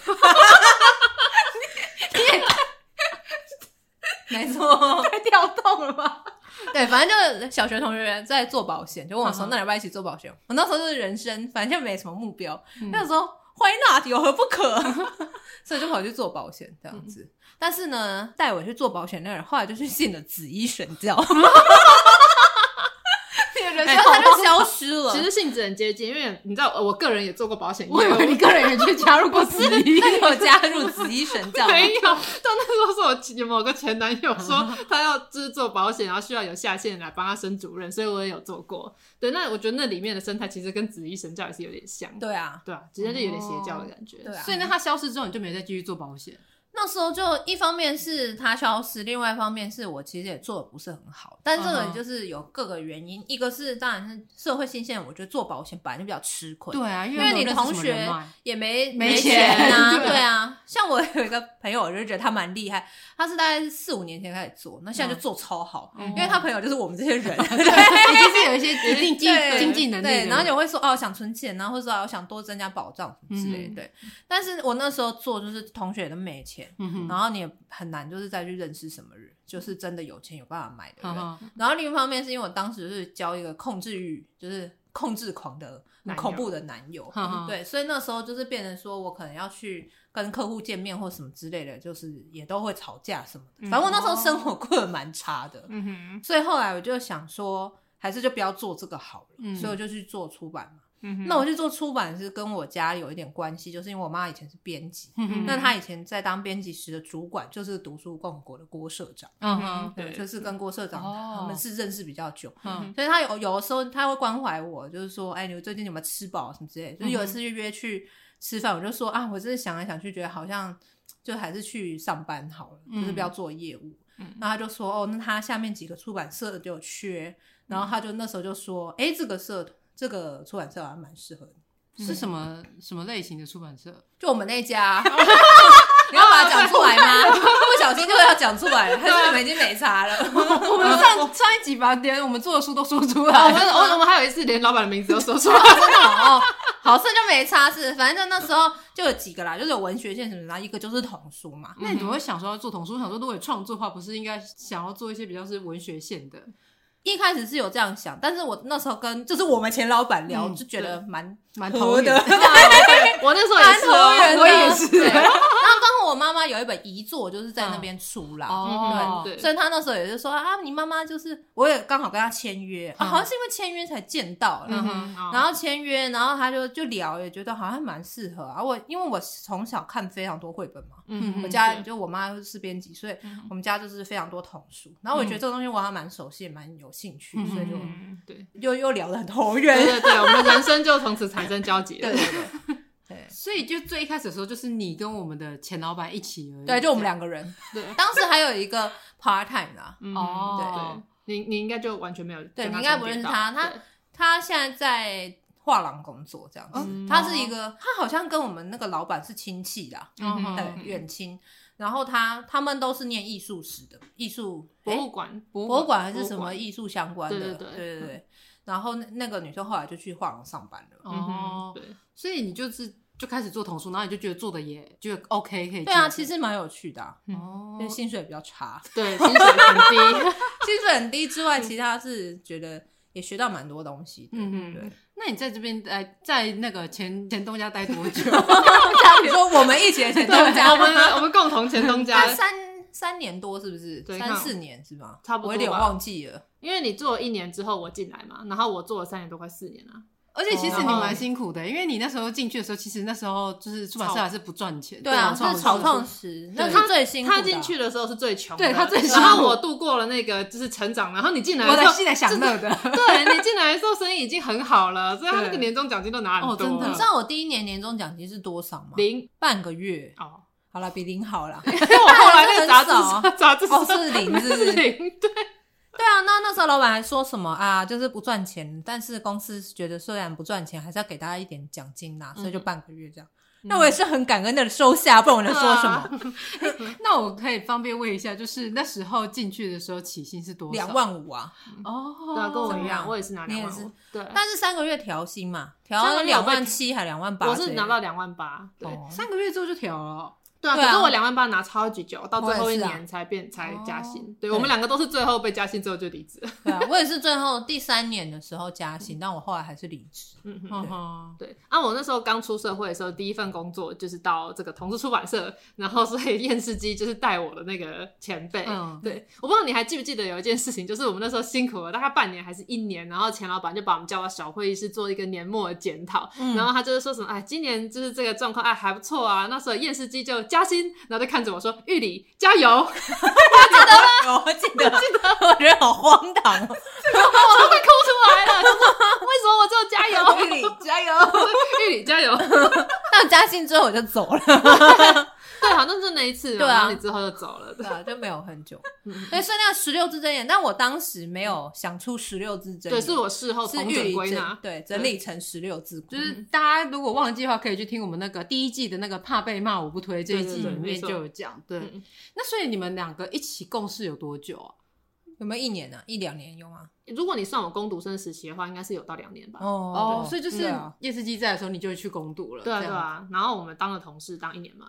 S3: 你你也没错，
S2: 太跳动了吧？
S3: 对，反正就是小学同学在做保险，就问我说
S2: 嗯：“哼
S3: 那你要不要一起做保险？”我那时候就是人生，反正没什么目标，
S2: 嗯
S3: 那时候 why not 有何不
S2: (laughs)
S3: 可？所以就跑去做保险这样
S2: 嗯
S3: 子。但是呢，带我去做保险那人后来就去信了紫衣神
S2: (laughs)
S3: 教，
S2: 哎
S3: 然后他就消失了。 (laughs)
S1: 其实性质很接近，因为你知道，呃我个人也做过保险业务，
S2: 我以为你个人也去加入过司仪，
S3: 他有加入紫衣神教，
S1: 没有，但那时候是我有某个前男友说
S3: (laughs)
S1: 他要就是做保险，然后需要有下线来帮他升主任，所以我也有做过。对，那我觉得那里面的生态其实跟紫衣神教也是有点像，
S3: 对啊，
S1: 对啊，直接就有点邪教的感觉。
S3: 对啊。
S2: 所以呢，他消失之后，你就没再继续做保险。
S3: 那时候就一方面是他消失，另外一方面是我其实也做的不是很好，但这
S2: 嗯
S3: 个
S2: 哼
S3: 就是有各个原因，一个是当然是社会新鲜，我觉得做保险本来就比较吃亏，
S2: 对啊，因
S3: 因为
S2: 没有
S3: 你
S2: 认识
S3: 同
S2: 什么
S3: 学
S2: 人脉
S3: 也没
S2: 没
S3: 钱啊，
S2: 钱对
S3: 对啊，像我有一个朋友，我就觉得他蛮厉害，他是大概四五年前开始做，那现在就做超好，
S2: 嗯
S3: 因为他朋友就是我们这些人，
S2: 已经是有一些一定 (laughs) 经
S3: 对
S2: 经济能力的
S3: 对，
S2: 人，
S3: 然后就会说哦，想存钱，然后或者说哦，想多增加保障什么之类
S2: 嗯
S3: 的。对，但是我那时候做就是同学也都没钱，
S2: 嗯哼，
S3: 然后你也很难就是再去认识什么人，就是真的有钱有办法买的
S2: 嗯
S3: 人。
S2: 哼
S3: 然后另一方面是因为我当时是交一个控制欲，就是控制狂的
S1: 男
S3: 很
S1: 友
S3: 恐怖的男友，
S2: 哼哼
S3: 对，所以那时候就是变成说我可能要去跟客户见面或什么之类的，就是也都会吵架什么
S2: 嗯
S3: 的。反正我那时
S2: 哦
S3: 候生活过得蛮差的，
S1: 嗯哼，
S3: 所以后来我就想说，还是就不要做这个好了，
S2: 嗯
S3: 所以我就去做出版嘛。
S1: 嗯哼，
S3: 那我去做出版是跟我家有一点关系，就是因为我妈以前是编辑，
S2: 嗯哼
S3: 那她以前在当编辑时的主管就是读书共和国的郭社长，
S2: 嗯哼，
S1: 对
S3: 就是跟郭社长
S2: 哦
S3: 他们是认识比较久。
S2: 嗯
S3: 所以他有有的时候他会关怀我，就是说，哎，你最近有没有吃饱什么之类的。就是有一次就约去吃饭，我就说啊，我真的想来想去，觉得好像就还是去上班好了，就是不要做业务。
S1: 嗯
S3: 然后他就说，哦，那他下面几个出版社就有缺，然后他就那时候就说，哎，这个社这个出版社好像蛮适合你，
S2: 是什么什么类型的出版社？
S3: 就我们
S2: (laughs)
S3: 那家。你要把它讲出来吗？不小心就要讲出来了，还
S2: 啊
S3: 是你们已经没差
S2: (laughs)
S3: 了？
S2: 我们上上一集把连我们做的书都说出
S1: 啊我
S2: 来，
S1: 们我我们还有一次连老板的名字都说
S3: (laughs)
S1: 出来，
S3: 真的哦，哦好事就没差事，反正就那时候就有几个啦，就是有文学线什么的，然后一个就是童书嘛。
S2: (laughs) 那你怎么会想说要做童书？我想说，如果有创作的话，不是应该想要做一些比较是文学线的？
S3: 一开始是有这样想，但是我那时候跟就是我们前老板聊，
S2: 嗯
S3: 就觉得蛮
S2: 蛮
S3: 合
S2: 投
S3: 的，
S2: 缘
S3: 蛮
S1: 我那时候也是哦，哦
S3: 投缘的
S2: 我也是
S3: 对然后刚好我妈妈妈有一本遗作，就是在那边出啦。
S2: 哦，
S1: 对
S3: 所以他那时候也是说啊，你妈妈就是，我也刚好跟他签约、
S2: 嗯
S3: 啊，好像是因为签约才见到了。
S1: 嗯哼，
S3: 然
S1: 后
S3: 后签约，然后他就就聊，也觉得好像蛮适合啊。我因为我从小看非常多绘本嘛，
S1: 嗯
S3: 我家
S1: 对
S3: 就我妈又是编辑，所以
S1: 嗯
S3: 我们家就是非常多童书。然后我觉得这个东西我还蛮熟悉，也蛮有兴趣，
S2: 嗯
S3: 所以就
S1: 嗯对
S3: 又又聊得很投
S1: 对 (laughs)
S3: 缘。
S1: 对对，我们人生就从此产生交集
S3: 对
S1: 了。
S3: 对对对
S2: 所以就最一开始的时候，就是你跟我们的前老板一起而已。
S3: 对，
S1: 嗯
S3: 就我们两个人。
S1: 对
S3: 当时还有一个 part time 啊，
S1: 嗯
S2: 哦，
S1: 对，你你应该就完全没有跟
S3: 对
S1: 他重叠到，
S3: 你应该不认识他他
S1: 对
S3: 他现在在画廊工作这样子。
S1: 嗯
S3: 他是一个，他好像跟我们那个老板是亲戚的、
S1: 嗯哼
S3: 对，远亲。然后他他们都是念艺术史的，艺术
S1: 博
S3: 诶
S1: 物馆
S3: 博物馆还是什么艺术相关的，
S1: 对对
S3: 对嗯
S1: 对
S3: 对对然后那那个女生后来就去画廊上班了。
S1: 嗯哼
S2: 哦，
S1: 对，
S2: 所以你就是就开始做童书，然后你就觉得做的也觉得 OK 可以接受。
S3: 对啊，其实蛮有趣的、啊，
S2: 哦
S3: 因为薪水比较差，
S1: 对，薪水很低。
S3: (laughs) 薪水很低之外， (laughs) 其他是觉得也学到蛮多东西的。 (laughs)
S2: 嗯嗯
S3: 对。
S2: 那你在这边待在那个前前东家待多久？
S3: 你说我们一起 (laughs) 的钱都
S1: 我
S3: 加，
S1: 们我们共同前东家
S3: 他，三三年多是不是？
S1: 对
S3: 三
S1: 看
S3: 四年是吧？
S1: 差不多
S3: 我有点
S1: 吧
S3: 忘记了。
S1: 因为你做了一年之后我进来嘛，然后我做了三年多快四年了。
S2: 而且其实你蛮辛苦的，因为你那时候进去的时候，其实那时候就是出版社还是不赚钱，
S3: 对啊，
S2: 草
S3: 他
S2: 创
S3: 是草创
S2: 的时
S3: 时，
S2: 对
S3: 那是最辛苦的啊。
S1: 他进去的时候是最穷的，
S2: 对他最辛苦
S1: 然后我度过了那个就是成长，然后你进来
S2: 候，我
S1: 的时
S2: 在
S1: 候，
S2: 是在享乐的，
S1: 对你进来的时候生意已经很好了，所以他那个
S2: 对
S1: 年终奖金都拿很
S2: 哦
S1: 多，
S2: 真的
S3: 你知道我第一年年终奖金是多少吗？
S1: 零
S3: 半个月。
S1: 哦，
S3: 好了，比零好了。
S1: 因为我后来那
S3: 很
S1: 个
S3: (laughs)
S1: 杂
S3: 少啊
S1: 志杂志
S3: 哦，
S1: 社
S3: 是零，是不
S1: 是
S3: 是？对
S1: 零，对，
S3: 啊，那那时候老板还说什么啊，就是不赚钱，但是公司觉得虽然不赚钱，还是要给大家一点奖金呐、
S1: 嗯
S3: 所以就半个月这样。那我也是很感恩的收下，不然我能说
S1: (laughs)
S3: 什么？
S2: (laughs)
S1: 啊
S2: 那我可以方便问一下，就是那时候进去的时候起薪是多少？
S3: 两万五啊，
S2: 哦，
S1: 对啊，跟我一
S3: 怎么
S1: 样，
S3: 样
S1: 我也是拿
S3: 你
S1: 两
S3: 也
S1: 万
S3: 是
S1: 五，对，
S3: 但是三个月调薪嘛，调
S1: 三个
S3: 到
S1: 月
S3: 两万七还两万八
S1: 我
S3: 之类的，
S1: 是拿到两万八，对。
S3: 哦
S2: 三个月之后就调了。
S1: 对啊，
S3: 对啊
S1: 可是我两万八拿超级久，到最后一
S3: 我也是啊
S1: 年才变、才加薪。对
S3: 对
S1: 我们两个都是最后被加薪之后就离职。
S3: (laughs) 对啊，
S1: (laughs)
S3: 我也是最后第三年的时候加薪，但我后来还是离
S1: (laughs)
S3: 职。
S1: 嗯哼，
S2: 嗯哼，
S1: 对。啊，我那时候刚出社会的时候，第一份工作就是到这个同志出版社，然后所以 (laughs) 验视机就是带我的那个前辈。
S2: 嗯
S1: 对，我不知道你还记不记得有一件事情，就是我们那时候辛苦了大概半年还是一年，然后钱老板就把我们叫到小会议室做一个年末的检讨，
S3: 嗯
S1: 然后他就是说什么，哎，今年就是这个状况，哎还不错啊。那时候验视机就加薪，然后就看着我说，玉里加
S3: (laughs)
S1: 油。
S3: 我哦记得，我记得， (laughs) 我觉得好荒唐
S1: (laughs)
S3: 哦。
S1: 我快哭出来了，就是为什么哎我只有加油？ (laughs)
S3: 玉里加油！
S1: 玉里加油！
S3: (laughs) 那加薪之后我就走了，
S1: 对，好像就那一次，
S3: 对啊
S1: 然后你之后就走了。
S3: 对
S1: 对
S3: 啊，就没有很久。
S1: (laughs) 嗯
S3: 对，所以那十六字真言，但我当时没有想出十六字真
S1: 对，
S3: 言，
S1: 是我事后
S3: 是
S1: 重
S3: 玉
S1: 整
S3: 里
S1: 归
S3: 整
S1: 纳。
S3: 对整理成十六字，就
S1: 嗯
S2: 就是大家如果忘记的话，可以去听我们那个第一季的那个“怕被骂我不推”这一季里
S1: 对对对没
S2: 面
S1: 错
S2: 就有讲。对
S1: 嗯，
S2: 那所以你们两个一起共事有多久啊？
S3: 有没有一年啊？一两年有吗？
S1: 如果你算我攻读生时期的话，应该是有到两年吧。
S3: 哦
S2: 所以就是
S3: 对啊
S2: 夜市机在的时候，你就去攻读了。
S1: 嗯对啊，
S2: 这
S1: 对
S2: 样
S1: 啊。然后我们当了同事，当一年嘛。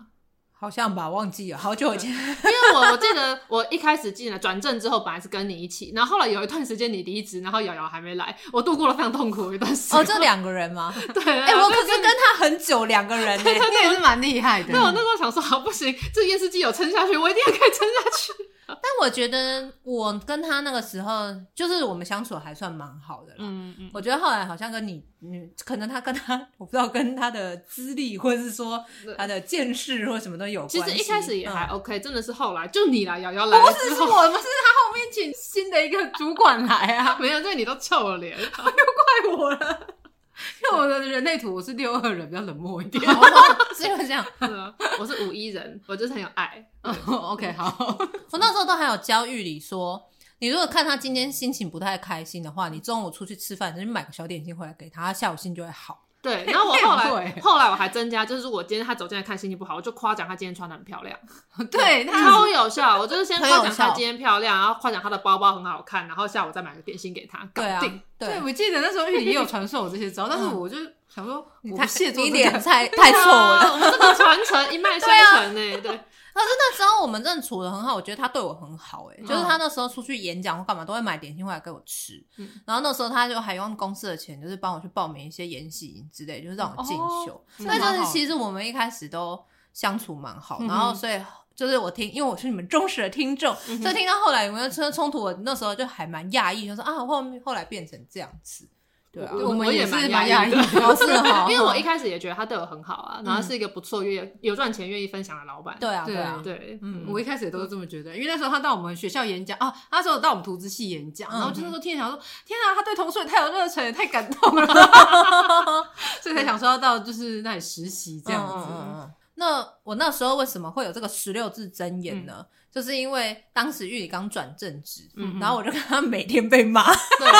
S3: 好像吧，忘记了，好久以前。
S1: 因为我我记得我一开始进来转正之后，本来是跟你一起，然后后来有一段时间你离职，然后瑶瑶还没来，我度过了非常痛苦的一段时间。 (laughs)
S3: 哦，这两个人吗？
S1: 对啊，
S3: 哎，我
S1: 就
S3: 可是跟他很久，两个人呢。
S2: 你也是蛮厉害的。
S1: 对我那时候想说，好不行，这电视机有撑下去，我一定要可以撑下去。
S3: (laughs) 但我觉得我跟他那个时候，就是我们相处还算蛮好的啦。
S1: (laughs) 嗯嗯。
S3: 我觉得后来好像跟你，你可能他跟他，我不知道跟他的资历，或者是说
S1: 嗯
S3: 他的见识或什么都有关系。
S1: 其实一开始也还
S3: 嗯
S1: OK，、真的是后来就你啦，瑶瑶来
S2: 不
S1: 了
S2: 是
S1: 之
S2: 是
S1: 后，
S2: 我们是他后面请新的一个主管来 (laughs) 啊，
S1: (laughs) 没有，这你都臭了脸。
S2: 怪我了。因为我的人类图我是六二人，比较冷漠一 (laughs) 点。
S3: 哦是因为这样。
S1: 对啊我是五一人，我就是很有爱。
S2: 哦 OK，好，
S3: (laughs) 我那时候都还有教育里说，你如果看他今天心情不太开心的话，你中午出去吃饭，你就买个小点心回来给他，他下午心就会好。
S1: 对，然后哎我 (laughs) 后
S2: 你很
S1: 来
S2: 会
S1: 后来我还增加，就是如果今天他走进来看心情不好，我就夸奖他今天穿的很漂亮，
S2: 对，他
S1: 超有效。我就是先夸
S3: 很
S1: 奖
S3: 有效
S1: 他今天漂亮，然后夸奖他的包包很好看，然后下午再买个点心给他。搞
S3: 对啊
S1: 定，，
S2: 对
S3: 对，嗯
S2: 我记得那时候玉里也
S3: (laughs)
S2: 有传授我这些招，但是我就想说，我不屑做
S3: 你
S2: 这
S3: 脸
S2: 个。
S3: 太太臭了。啊
S1: 啊这个传承一脉
S3: (laughs)
S1: 相承呢。对，
S3: 可是那时候我们真的处的很好，我觉得他对我很好、欸，就是
S2: 嗯
S3: 他那时候出去演讲或干嘛都会买点心回来给我吃，
S1: 嗯
S3: 然后那时候他就还用公司的钱，就是帮我去报名一些研习营之类，就是让我进修。
S2: 嗯蛮
S3: 那、就
S2: 好
S3: 是其实我们一开始都相处蛮好，
S2: 嗯哼嗯
S3: 然后所以就是我听，因为我是你们忠实的听众，所以听到后来有没有车冲突，我那时候就还蛮讶异，就说啊，后面后来变成这样子，对啊，
S1: 我我
S2: 们
S1: 也
S2: 是
S1: 蛮
S2: 蛮
S1: 压
S2: 压
S1: 抑
S2: 抑
S1: 的
S3: 哦是
S1: (laughs)
S3: 哈
S1: 因为我一开始也觉得他对我很好啊，然后是一个不错、愿有赚钱、愿意分享的老板。
S3: 对啊，
S2: 对
S3: 对啊，
S1: 对，
S3: 嗯
S2: (laughs) 我一开始也都是这么觉得，因为那时候他到我们学校演讲啊，他那时候到我们图资系演讲，然后
S3: 嗯
S2: 就是说天想说，天啊，他对同事也太有热忱，也太感动
S3: (laughs)
S2: 了，所以才想说要到就是那里实习这样
S3: 嗯嗯
S2: 子。
S3: 嗯嗯那我那时候为什么会有这个十六字真言呢？就是因为当时玉里刚转正职，
S2: 嗯
S3: 然后我就看他每天被骂，
S1: 对，啊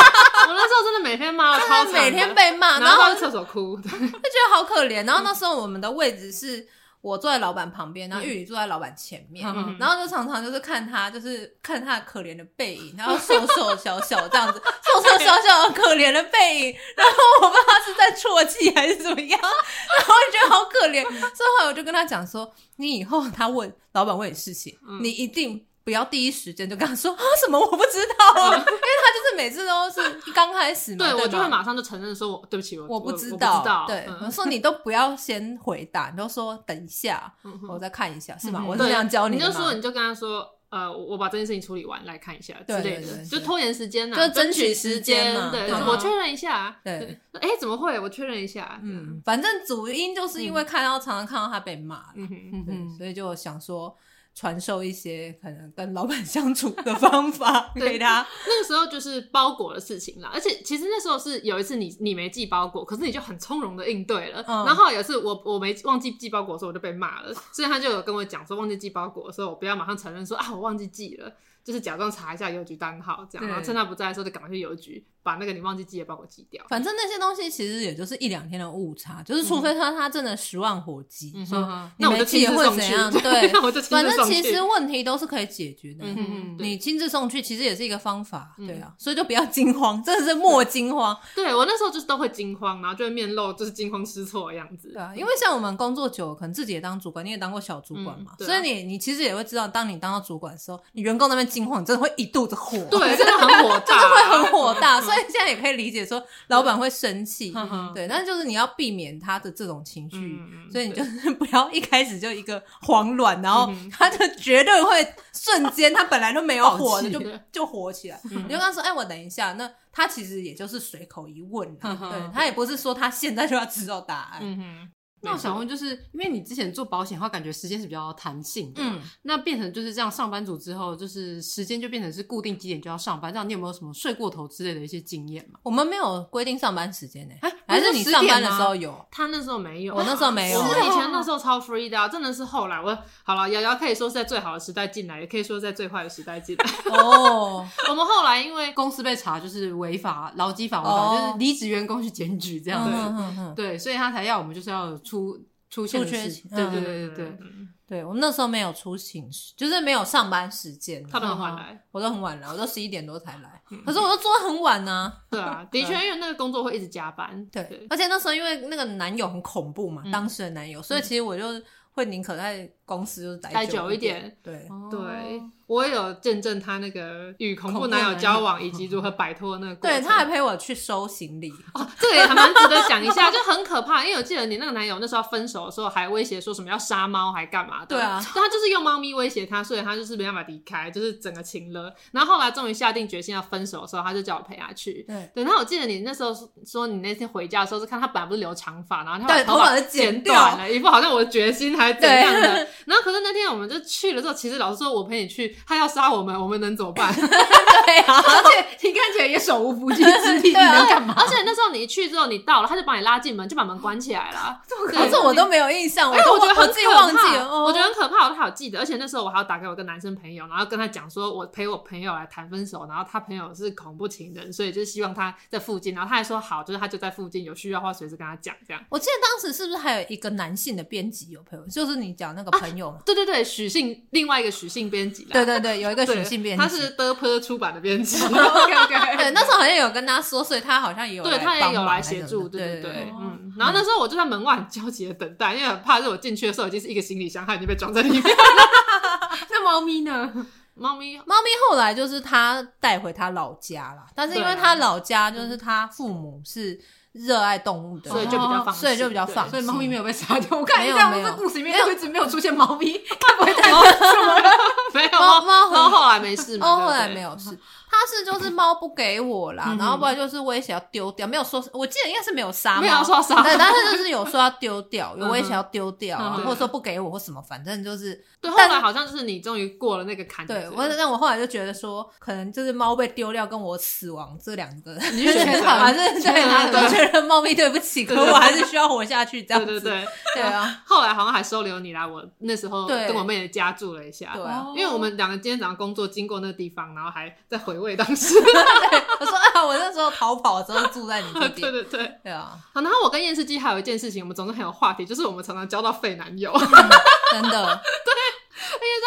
S1: 我那时候真的每天骂了超
S3: 他
S1: 惨的
S3: (laughs) 每天被骂，
S1: 然
S3: 啊然后嗯
S1: 后
S3: 我
S1: 到厕所哭。对
S3: 就觉得好可怜。然后那时候我们的位置是我坐在老板旁边，然后玉里坐在老板前面，
S2: 嗯
S1: 嗯
S3: 然后就常常就是看他，就是看他可怜的背影，然后瘦瘦小小这样子，瘦瘦小小可怜的背影，然后我不知道他是在啜泣还是怎么样，然后我就觉得好可怜，所以后来我就跟他讲说，你以后他问老板问你事情，
S1: 嗯
S3: 你一定。不要第一时间就跟他说啊什么我不知道啊，因为他就是每次都是一刚开始嘛，
S1: 嗯对，
S3: 对
S1: 我就
S3: 吗
S1: 会马上就承认说我，对不起，我
S3: 我
S1: 我
S3: 不
S1: 我
S3: 知
S1: 知
S3: 道，
S1: 道
S3: 对，
S1: 嗯
S3: 我说你都不要先回答，你都说等一下，
S1: 嗯哼
S3: 我再看一下，是吗？
S2: 嗯
S3: 我是
S1: 对
S3: 这样教
S1: 你
S3: 的
S1: 就
S3: 吗？
S1: 说，你就跟他说，呃，我我把这件事情处理完，来看一下之
S3: 对
S1: 类
S3: 对
S1: 的，
S3: 对
S1: 就
S3: 对
S1: 拖延时间呢，
S3: 就是
S1: 争
S3: 争取
S1: 取
S3: 时间
S1: 间
S3: 嘛，
S1: 对，
S3: 对
S1: 就是
S2: 啊
S1: 我确认一下，
S3: 对，
S1: 哎，怎么会？我确认一下，嗯
S3: 嗯，反正主因就是因为看到常常看到他被骂，
S1: 嗯哼，
S2: 嗯
S3: 对，
S2: 嗯，
S3: 所以就想说传授一些可能跟老板相处的
S1: (laughs)
S3: 方法
S1: 对
S3: 给他，
S1: 那个时候就是包裹的事情啦，而且其实那时候是有一次你你没寄包裹，可是你就很从容的应对了。
S3: 嗯
S1: 然后有一次我我没忘记寄包裹的时候，我就被骂了，所以他就有跟我讲说忘记寄包裹的时候，我不要马上承认说啊我忘记寄了，就是假装查一下邮局单号这样，
S3: 对
S1: 然后趁他不在的时候就赶快去邮局把那个你忘记寄的包裹寄掉。
S3: 反正那些东西其实也就是一两天的误差，就是除非他他真的十万火急，
S2: 嗯
S3: 说
S2: 哼哼
S3: 你
S1: 那我就
S3: 没
S1: 亲
S3: 寄
S1: 自
S3: 会
S1: 送
S3: 怎
S1: 去，，
S3: 样？对
S1: 那我就亲
S3: 反
S1: 自
S3: 正
S1: 送
S3: 其
S1: 去。
S3: 实问题都是可以解决的。
S2: 嗯
S1: 嗯，对
S3: 你亲自送去，其实也是一个方法，
S2: 嗯
S3: 对啊，所以就不要惊慌， (laughs) 真的是莫惊慌，
S1: 对我那时候就是都会惊慌，然后就会面露就是惊慌失措的样子。
S3: 对啊，因为像我们工作久了，可能自己也当主管，你也当过小主管嘛
S1: 嗯，对啊
S3: 所以你你其实也会知道，当你当到主管的时候，你员工那边惊慌，你真的会一肚子火，
S1: 对，真的很火
S3: 就是会
S1: 大，
S3: 很火大，所以现在也可以理解说老板会生气，
S2: 哼哼
S3: 对，但嗯是就是你要避免他的这种情绪，
S1: 嗯嗯
S3: 所以你
S1: 对嗯
S3: 就是不要一开始就一个慌乱，然后他就绝对会瞬间，他本来都没有火的，
S2: 暴
S3: 就
S1: 气对
S3: 就火起来。你就跟他说：“哎，我等一下。”那他其实也就是随口一问啊，
S2: 嗯哼
S3: 对他也不是说他现在就要知道答案。
S1: 嗯哼。
S2: 那我想问，就是因为你之前做保险的话，感觉时间是比较弹性的，
S3: 嗯，
S2: 那变成就是这样，上班族之后，就是时间就变成是固定几点就要上班，这样你有没有什么睡过头之类的一些经验嘛？
S3: 我们没有规定上班时间呢、
S2: 哎
S3: 还是
S2: 不
S3: 你
S2: 10
S3: 上
S2: 点
S3: 班的
S2: 吗
S3: 时候有？
S1: 他那时候没有，
S3: 我那时候没有
S1: 我
S2: 是
S1: 们
S2: 哦
S1: 以前那时候超 free 的、啊，真的是后来我好了，瑶瑶可以说是在最好的时代进来，也可以说是在最坏的时代进来。 (laughs)
S3: 哦，
S1: 我们后来因为
S2: 公司被查就是违法劳基法违法，
S3: 哦
S2: 就是离职员工去检举这样
S3: 嗯
S2: 子，
S3: 嗯嗯嗯，
S2: 对，所以他才要我们就是要出出现的
S3: 出缺
S2: 时
S3: 勤
S2: 对对
S3: 嗯
S2: 对对对，
S1: 嗯
S3: 对我们那时候没有出勤时，就是没有上班时间啊。
S1: 他们嗯很晚来，
S3: 我都很晚来，我都十一点多才来，可是我都做得很晚呢、
S1: 对啊，的确，因为那个工作会一直加班，
S3: 对，而且那时候因为那个男友很恐怖
S1: 嗯
S3: 嘛，当时的男友，所以其实我就会宁可在公司就是待
S1: 待
S3: 久
S1: 久一
S3: 点。嗯对，
S2: 哦
S3: (laughs)
S1: 对，我也有见证他那个与恐怖
S2: 恐怖
S1: 男友
S2: 男
S1: 交
S2: 友
S1: 往以及如何摆脱那个过
S3: 对
S1: 程。
S3: 他还陪我去收
S1: (laughs)
S3: 行李，
S1: 这个也还蛮值得讲一下，就很可怕。因为我记得你那个男友那时候分手的时候还威胁说什么要杀猫，还干嘛的？
S3: 对啊
S1: 他就是用猫咪威胁他，所以他就是没办法离开，就是整个情了。然后后来终于下定决心要分手的时候，他就叫我陪他去。
S3: 对
S1: 对，然后我记得你那时候说你那天回家的时候是看他本来不是留长发，然后他把
S3: 对
S1: 头
S3: 头发
S1: 发
S3: 是剪掉
S1: 短了，一副好像我的决心还怎样的。然后可是那天我们就去了之后，其实老实说，我陪你去，他要杀我们，我们能怎么
S3: (laughs)
S1: 办？
S3: 对啊，
S2: 而且你看起来也手无缚鸡之力，你
S3: 对啊
S2: 能干嘛？
S1: 而且那时候你一去之后，你到了，他就把你拉进门，就把门关起来了。
S2: (laughs)
S3: 可是我都没有印象，
S1: 因为
S3: 都
S1: 哎我觉得
S3: 我
S1: 很
S3: 自己
S1: 可
S3: 忘
S1: 怕
S3: 记了，哦
S1: 我觉得很可怕，我都好记得。而且那时候我还要打给我一个男生朋友，然后跟他讲说，我陪我朋友来谈分手，然后他朋友是恐怖情人，所以就是希望他在附近。然后他还说好，就是他就在附近，有需要的话随时跟他讲这样。
S3: 我记得当时是不是还有一个男性的编辑有朋友，就是你讲
S1: 啊
S3: 那个朋友嘛？
S1: 对对对，许信另外一个许信编辑啦，
S3: 对对对，有一个
S1: 对，
S3: 女性编辑，
S1: 他是德坡出版的编
S3: (laughs)
S1: 辑。
S2: OK OK，
S3: 对，那时候好像有跟他说，所以他好像也有
S1: 哎 (laughs) 对他
S3: 帮
S1: 也有
S3: 忙
S1: 来
S3: 还是
S1: 协
S3: 什么
S1: 助，
S3: 的
S1: 对
S3: 对
S1: 对，
S2: 哦
S1: 嗯。然后那时候我就在门外很焦急的等待，因
S3: (laughs)
S1: 为很怕，是我进去的时候已经是一个行李箱，他已经被装在里面。
S2: 那猫咪呢？
S1: 猫咪
S3: 猫咪后来就是它带回它老家啦，但是因为
S1: 对啊
S3: 它老家就是它父母是热爱动物的，哦
S1: 所以就比较放心，
S3: 所以就比较
S1: 对
S3: 放
S2: 所以猫咪没有被杀掉。我看
S3: 没
S2: 一
S3: 有
S2: 下，
S3: 没
S2: 我
S3: 有
S2: 这故事里面就一直没有出现猫咪，该不会太过分了？
S1: (laughs) 没有
S3: 猫猫
S1: 猫后来没事嘛？
S3: 哦，
S1: 对不
S3: 后来
S1: 对
S3: 没有事，他是就是猫不给我啦，
S1: 嗯
S3: 然后不然就是威胁要丢掉，没有说，我记得应该是没有杀猫，
S1: 没有说杀猫
S3: (laughs) 对，但是就是有说要丢掉，有
S1: 嗯哼
S3: 威胁要丢掉啊，
S1: 嗯
S3: 或者说不给我或什么，反正就是
S1: (laughs) 对，后
S3: 但
S1: 来好像就是你终于过了那个坎子，
S3: 对我，但我后来就觉得说，可能就是猫被丢掉跟我死亡这两个，
S1: (laughs) 你就觉得
S3: 还是
S1: (laughs)
S3: 对
S1: 对对
S3: 我觉得猫咪对不
S1: (laughs)
S3: 起，可我还是需要活下去这样
S1: 对
S3: 子，
S1: 对对。
S3: 对啊，
S1: 后来好像还收留你来我那时候
S3: 对
S1: 跟我妹的家住了一下，
S3: 对啊
S2: 哦
S1: 因为我们两个今天早上工作经过那个地方，然后还在回味当时。
S3: 对，我说啊，我那时候逃跑的时候住在你这
S1: (laughs) 对
S3: 边，
S1: 对对。
S3: 对啊，
S1: 好，然后我跟验视机还有一件事情，我们总是很有话题，就是我们常常交到废男友。 (laughs)
S3: 真的，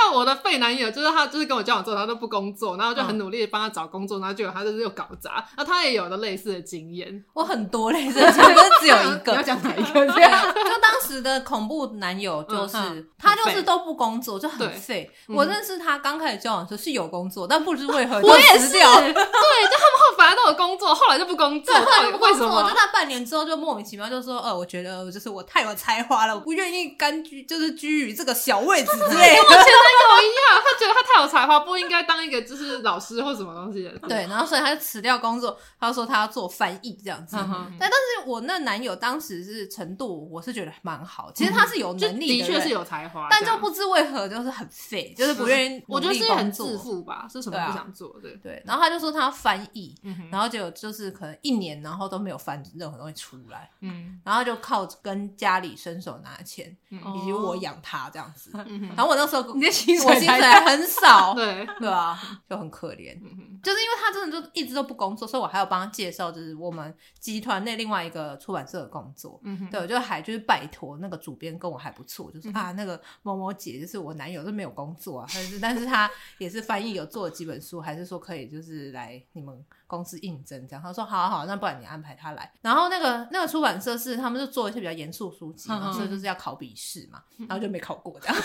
S1: 像我的废男友，就是他就是跟我交往之后，他都不工作，然后我就
S3: 嗯
S1: 很努力地帮他找工作，然后结果他就是又搞砸，那他也有了类似的经验。
S3: 我很多类似的经验，不是只有
S1: (laughs)
S3: 一
S2: 你要
S3: 个。
S2: 讲哪一个？
S3: (laughs) 对啊，就当时的恐怖男友就是、
S1: 嗯嗯
S3: 他就是都不工作，就很
S1: 对
S3: 废。
S1: 嗯
S3: 我认识他刚开始交往的时候是有工作，但不知为何
S1: 我也是，
S3: 是
S1: 对，就他们后反而都有工作，后来就不工作，
S3: 对，后来就不
S1: 为
S3: 工
S1: 什
S3: 作，就
S1: 么？
S3: 他半年之后就莫名其妙就说，呃，我觉得就是我太有才华了，我不愿意甘居就是居于这个小位置之类的。
S1: 我一样，他觉得他太有才华，不应该当一个就是老师或什么东西的。嗯
S3: (laughs) 对，然后所以他就辞掉工作，他说他要做翻译这样子。
S1: 嗯哼，
S3: 但但是我那男友当时是程度，我是觉得蛮好，其实他是有
S1: 就
S3: 嗯能力
S1: 的
S3: 的，
S1: 确是。有才华，
S3: 但
S1: 这
S3: 就
S1: 样
S3: 不知为何就是很废，就是不愿意努
S1: 我觉得
S3: 力
S1: 是因为很
S3: 工作。
S1: 自负吧，是什么
S3: 对啊
S1: 不想做？对，
S3: 对，然后他就说他要翻译，
S1: 嗯哼，
S3: 然后结果就是可能一年，然后都没有翻任何东西出来，
S1: 嗯
S3: 然后就靠跟家里伸手拿钱，
S1: 嗯
S3: 以及我养他这样子。
S1: 嗯
S3: (laughs) 然后我那时候哦你的薪
S2: 水
S3: 我薪水还很少
S1: 哼，，对，
S3: (laughs) 对啊，就很可怜。
S1: 嗯哼
S3: 就是因为他真的就一直都不工作，所以我还要帮他介绍，就是我们集团内另外一个出版社的工作。
S1: 嗯哼，
S3: 对，我就还就是拜托那个主编跟我还不错，就是、啊，那个某某姐就是我男友都没有工作啊，但是但是他也是翻译有做几本书，还是说可以就是来你们公司应征这样。他说好好好，那不然你安排他来。然后那个那个出版社是他们就做一些比较严肃书籍嘛，
S1: 嗯嗯嗯
S3: 所以就是要考笔试嘛，然后就没考过
S1: (laughs)
S3: 这样。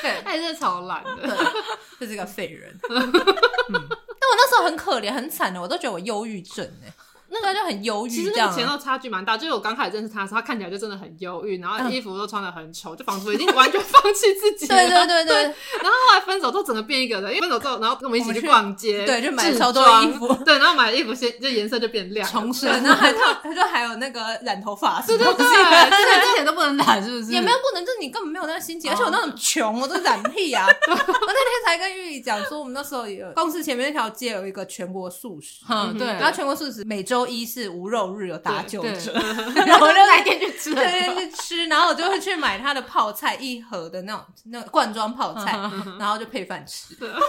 S3: 对，
S1: 他也是哎超懒的，
S3: 就是个废人。嗯，但我那时候很可怜很惨的，我都觉得我忧郁症哎，那个就很忧
S1: (laughs)
S3: 郁
S1: 其实
S3: 这
S1: 那
S3: 样
S1: 个前
S3: 啊。
S1: 后差距蛮大，就是我刚开始认识他的时候，他看起来就真的很忧郁，然后衣服都穿的很丑，就仿佛已经完全放弃自己了。
S3: 嗯对对对对，
S1: (laughs) 然后后来分手之后，整个变一个人。因为分手之后，然后跟我们一起去逛街，
S3: 对就买
S1: 了
S3: 超多的衣服
S1: (laughs) 对，然后买的衣服先就颜色就变亮了，
S3: 重生，然后还他他就还有那个染头发什
S1: 对
S3: 么
S1: 对
S3: 的，
S1: 对，
S2: 之前之前都不能染，是不是？
S3: 也没有不能，就是你根本没有那个心
S2: 哦
S3: 情，而且我那很穷，我都染屁
S2: (laughs)
S3: 啊！我那天才跟玉宇讲说，我们那时候有公司前面那条街有一个全国素食，
S2: 嗯，对，
S3: 然后全国素食每周一是无肉日有打九
S2: 对 (laughs)
S3: 折， (laughs)
S2: 然后就那一天去吃
S3: 对对对，去吃，然后我就会去买它的泡菜一盒的那种那种罐装泡
S1: (laughs)
S3: 菜，然后就配饭吃。这真的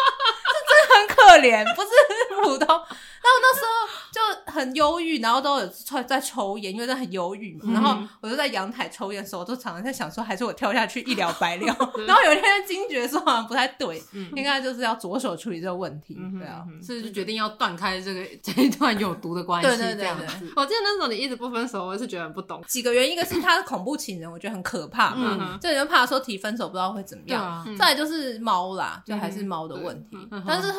S3: 很可怜，不是普通。然后那时候就很忧郁，然后都有抽在抽烟，因为真的很忧郁
S1: 嗯
S3: 嘛。然后我就在阳台抽烟的时候，我就常常在想说，还是我跳下去一了百
S1: (laughs)
S3: 了。然后有一天惊觉说好啊像不太对，应该就是要着手处理这个问题，
S1: 嗯嗯哼
S3: 对啊。
S1: 嗯哼
S2: 所以就决定要断开这个 (laughs) 这一段有毒的关系，
S3: 对对对
S2: 这样
S3: 对
S2: 子。
S1: 嗯我记得那时候你一直不分手，我是觉得很不懂。
S3: 几个原因，一个是他的恐怖情人，我觉得很可怕嘛，
S1: 嗯哼
S3: 就你就怕说提分手不知道会怎么
S2: 对
S3: 样。
S2: 啊，
S3: 再来就是猫啦，就还是猫的问题。
S1: 嗯
S3: 但是后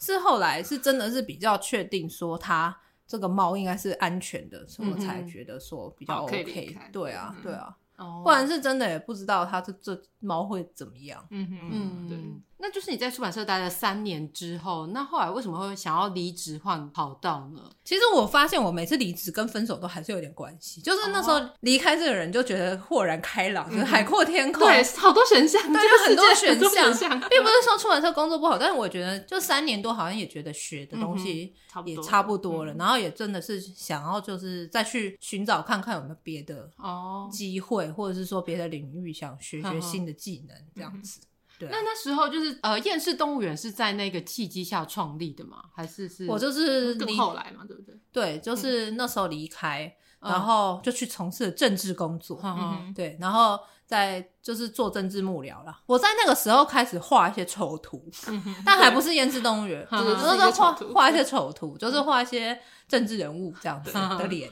S3: 是后来是真的是比较确定说它这个猫应该是安全的，所以我才觉得说比
S1: 嗯
S3: 较
S1: 好可以
S3: OK
S1: 离开。
S3: 对啊
S1: 嗯，
S3: 对啊，
S2: 哦
S3: 不然是真的也不知道它这这猫会怎么样。
S1: 嗯哼
S2: 嗯，
S1: 对。
S2: 那就是你在出版社待了三年之后，那后来为什么会想要离职换跑道呢？
S3: 其实我发现我每次离职跟分手都还是有点关系，就是那时
S1: 哦
S3: 候离开这个人就觉得豁然开朗，就是海阔天空。
S1: 嗯对，好多选项，
S3: 对
S1: 这个
S3: 很多
S1: 世界很多
S3: 选项
S1: 项，
S3: 并不是说出版社工作不好，但是我觉得就三年多好像也觉得学的
S1: 嗯
S3: 东西
S1: 差不
S3: 也
S1: 多嗯
S3: 差不多了，然后也真的是想要就是再去寻找看看有没有别的
S2: 哦，
S3: 机会，或者是说别的领域想学
S2: 嗯
S3: 学
S2: 哼
S3: 新的技能这
S1: 嗯
S3: 样子。对啊，
S2: 那那时候就是呃，厌世动物园是在那个契机下创立的吗？还是是？
S3: 我就是
S1: 更
S3: 离
S1: 后来嘛，对不对？
S3: 对，就是那时候离开，
S2: 嗯
S3: 然后就去从事了政治工作。
S2: 嗯哼
S1: 嗯
S3: 对，然后再就是做政治幕僚啦。我在那个时候开始画一些丑图，
S1: 嗯哼，
S3: 但还不是颜值动物
S2: (laughs)
S3: 园，
S2: 对
S3: 我
S2: 就
S3: 都
S1: 是一
S3: 是
S1: 些
S3: 画
S1: 丑图
S3: 画一些丑图，就是
S2: 嗯
S3: 画一些政治人物这样子的脸，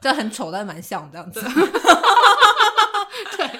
S3: 就很丑，
S2: (laughs)
S3: (laughs) 但蛮像这样子。对。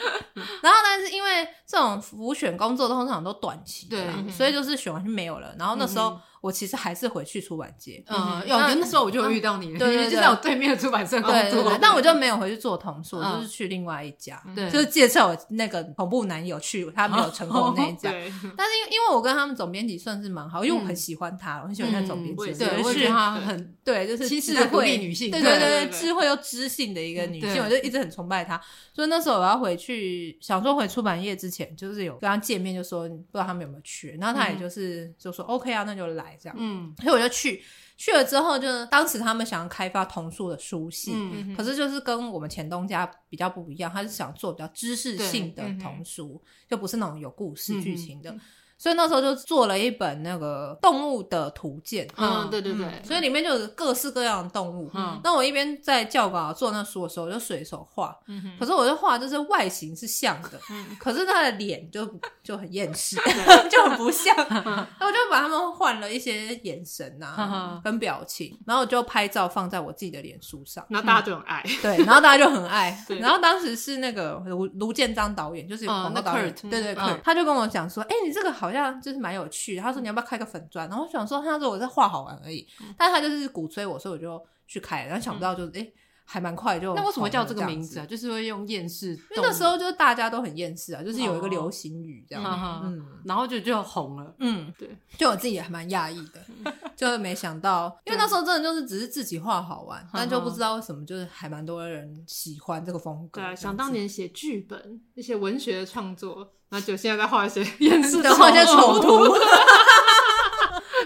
S3: 然后，但是因为这种浮选工作通常都短期的啦，
S2: 对嗯
S3: 所以就是选完就没有了。然后那时候我其实还是回去出版界，
S2: 嗯，有，那时候我就有遇到你了，
S3: 对对
S2: 因为就
S3: 对哦
S2: 在我对面的出版社工
S3: 对对
S2: 作
S3: 对，，但我就没有回去做同事，我
S2: 嗯
S3: 就是去另外一家，
S2: 对
S3: 就是介绍我那个恐怖男友去，他没有成功那一家。
S1: 对，
S2: 嗯
S3: 但是因为因为我跟他们总编辑算是蛮好，因为我很喜欢他，我很喜欢他总编
S1: 嗯我也
S3: 辑，
S1: 是
S3: 对
S2: 对，嗯
S3: 就
S2: 我
S3: 是
S2: 觉得她很
S3: 对，就是
S2: 新式
S3: 智
S2: 的独
S3: 慧
S2: 立女性
S3: 对
S2: 对
S3: 对
S1: 对
S3: 对，
S1: 对
S3: 智慧又知性的一个女
S2: 对
S3: 性，我就一直很崇拜她。所以那时候我要回去，想说回出版业之前，就是有跟她见面，就说嗯不知道他们有没有去，然后她也就是、就说 OK 啊，那就来这样。
S2: 嗯
S3: 所以我就去，去了之后就当时他们想要开发童书的书系。
S2: 嗯
S3: 可是就是跟我们前东家比较不一样，他是想做比较知识性的
S1: 对嗯哼
S3: 童书，就不是那种有故
S2: 嗯
S3: 事
S2: 哼
S3: 剧情的。所以那时候就做了一本那个动物的图鉴，
S1: 嗯，对对对，
S3: 所以里面就有各式各样的动物。
S2: 嗯
S3: 那我一边在校稿做那书的时候，我就随手画，
S1: 嗯
S3: 可是我就画就是外形是像的，
S2: 嗯
S3: 可是他的脸就就很
S2: (laughs)
S3: 厌世， (laughs) 就很不像。那我就把他们换了一些眼神
S2: 嗯
S3: 啊
S2: 哼，
S3: 跟表情，然后我就拍照放在我自己的脸书上。
S1: 那大家就很爱，
S3: 对，然后大家就很爱
S2: (laughs)
S1: 对。
S3: 然后当时是那个卢卢建章导演，就是有
S2: 嗯
S3: 广告导演，
S2: 那 Kurt，
S3: 对对
S2: 嗯
S3: Kurt，、他就跟我讲说，哎、你这个好像就是蛮有趣的。他说你要不要开个粉砖？然后我想说，他说我在画好玩而已，
S2: 嗯
S3: 但他就是鼓吹我，所以我就去开了。然后想不到就是，哎、还蛮快就
S2: 那为什么会叫
S3: 红了
S2: 这个
S3: 这样
S2: 名
S3: 子
S2: 字啊？？就是会用厌世动物，
S3: 因为那时候就是大家都很厌世啊，就是有一个
S2: 哦
S3: 流行语这样。
S2: 嗯哼
S3: 嗯
S2: 然后就就红了，
S3: 嗯，
S1: 对，
S3: 就我自己也还蛮讶异的，
S2: (laughs)
S3: 就没想到，因为那时候真的就是只是自己画好
S2: 嗯
S3: 玩，但就不知道为什么就是还蛮多人喜欢这个风格。
S2: 啊
S1: 对，啊
S3: 这
S1: 想
S3: 样
S1: 当
S3: 子
S1: 年写剧本、一些文学的创作，那就现在在画一些厌世
S3: 的画一些
S1: (laughs) 丑
S3: 丑
S1: 物。
S3: (laughs) 图。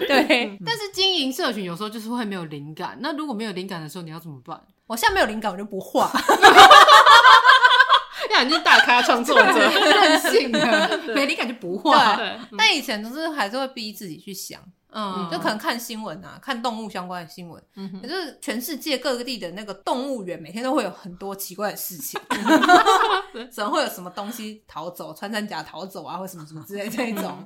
S3: 对，
S2: 但是经营社群有时候就是会没有灵感，那如果没有灵感的时候，你要怎么办？
S3: 我现在没有灵感，我就不画。
S1: 要你就大咖创作
S3: (laughs)
S1: 者，
S2: 任性的，没灵感就不画，
S1: 对，嗯
S3: 但以前都是还是会逼自己去想，
S2: 嗯，
S3: 就可能看新闻啊，看动物相关的新闻，可是全世界各地的那个动物园，每天都会有很多奇怪的事情， (laughs) 怎么会有什么东西逃走，穿山甲逃走啊，或什么什么之类的这一种。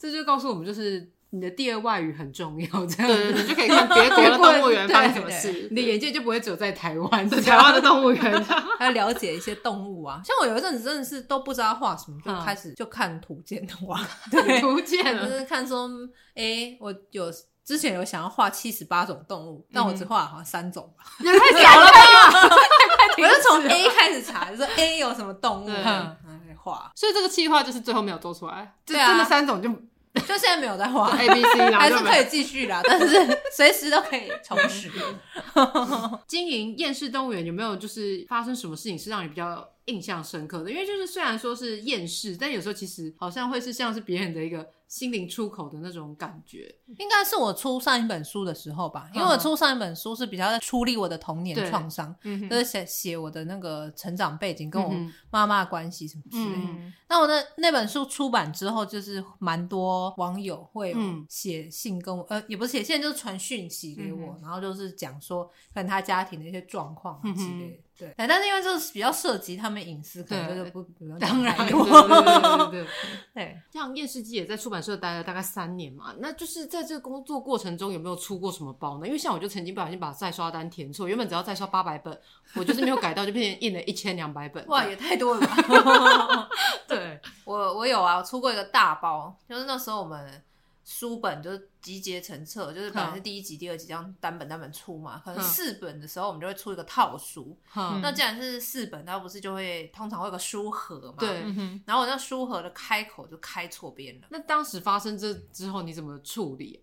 S2: 这就告诉我们，就是你的第二外语很重要，这
S1: 对
S2: 样
S1: 对对，就可以看别国的动物园发生什么事 (laughs)
S2: 你，的眼界就不会只有在台湾，
S1: 对台湾的动物园，
S3: 还要了解一些动物啊，像我有一阵子真的是都不知道画什么，就
S2: 嗯
S3: 开始就看图鉴的画，
S2: 图鉴
S3: 就
S2: 了，
S3: 是看说，哎、我有之前有想要画七十八种动物，但我只画好像三种吧，
S2: 也太小了吧！
S3: (laughs) 我就从 A 开始查，就说 A 有什么动物，
S1: 对
S3: 嗯然后再画，
S1: 所以这个计划就是最后没有做出 (laughs) 来
S2: 就
S3: 对啊
S2: 真的三种就
S3: 就现在没有在画，
S1: ，A、B、C，然 (laughs) 后
S3: 还
S1: 就是没
S3: 可以继续啦，但 (laughs) 是随时都可以重拾。
S2: 经营厌世动物园有没有就是发生什么事情是让你比较印象深刻的？因为就是虽然说是厌世，但有时候其实好像会是像是别人的一个心灵出口的那种感觉。
S3: (laughs) 应该是我出上一本书的时候吧，因为我出上一本书是比较在处理我的童年
S2: 对
S3: 创伤，
S1: 嗯
S3: 就是写写我的那个成长背景跟我
S2: 嗯哼
S3: 妈妈的关系什么之类的。
S2: 嗯
S3: 那我的那本书出版之后，就是蛮多网友会有
S2: 嗯
S3: 写信跟我，呃，也不是写信，就是传讯息给
S2: 嗯
S3: 我，然后就是讲说可能他家庭的一些状况啊之类的。对，但是因为这是比较涉及他们隐私，可能
S2: 对
S3: 就是不不用
S2: 当 (laughs) 然，
S3: 讲太
S2: 对
S3: 多
S2: 对对对对。
S3: 对，
S2: 嗯像验世基也在出版社待了大概三年嘛，那就是在这个工作过程中有没有出过什么包呢？因为像我就曾经不小心把再刷单填错，原本只要再刷八百本，我就是没有改到，就变成印了一千两百本。
S3: 哇，也太多了
S2: (laughs)
S3: 吧！
S2: 对，
S3: 我我有啊，我出过一个大包，就是那时候我们书本就是集结成册，就是本来是第一集、第二集这样单本单本出嘛，可
S2: 嗯
S3: 能四本的时候我们就会出一个套书。
S2: 嗯
S3: 那既然是四本，那不是就会通常会有个书盒嘛？
S2: 对。
S1: 嗯哼，
S3: 然后我那书盒的开口就开错边了，
S2: 那当时发生这之后，你怎么处理、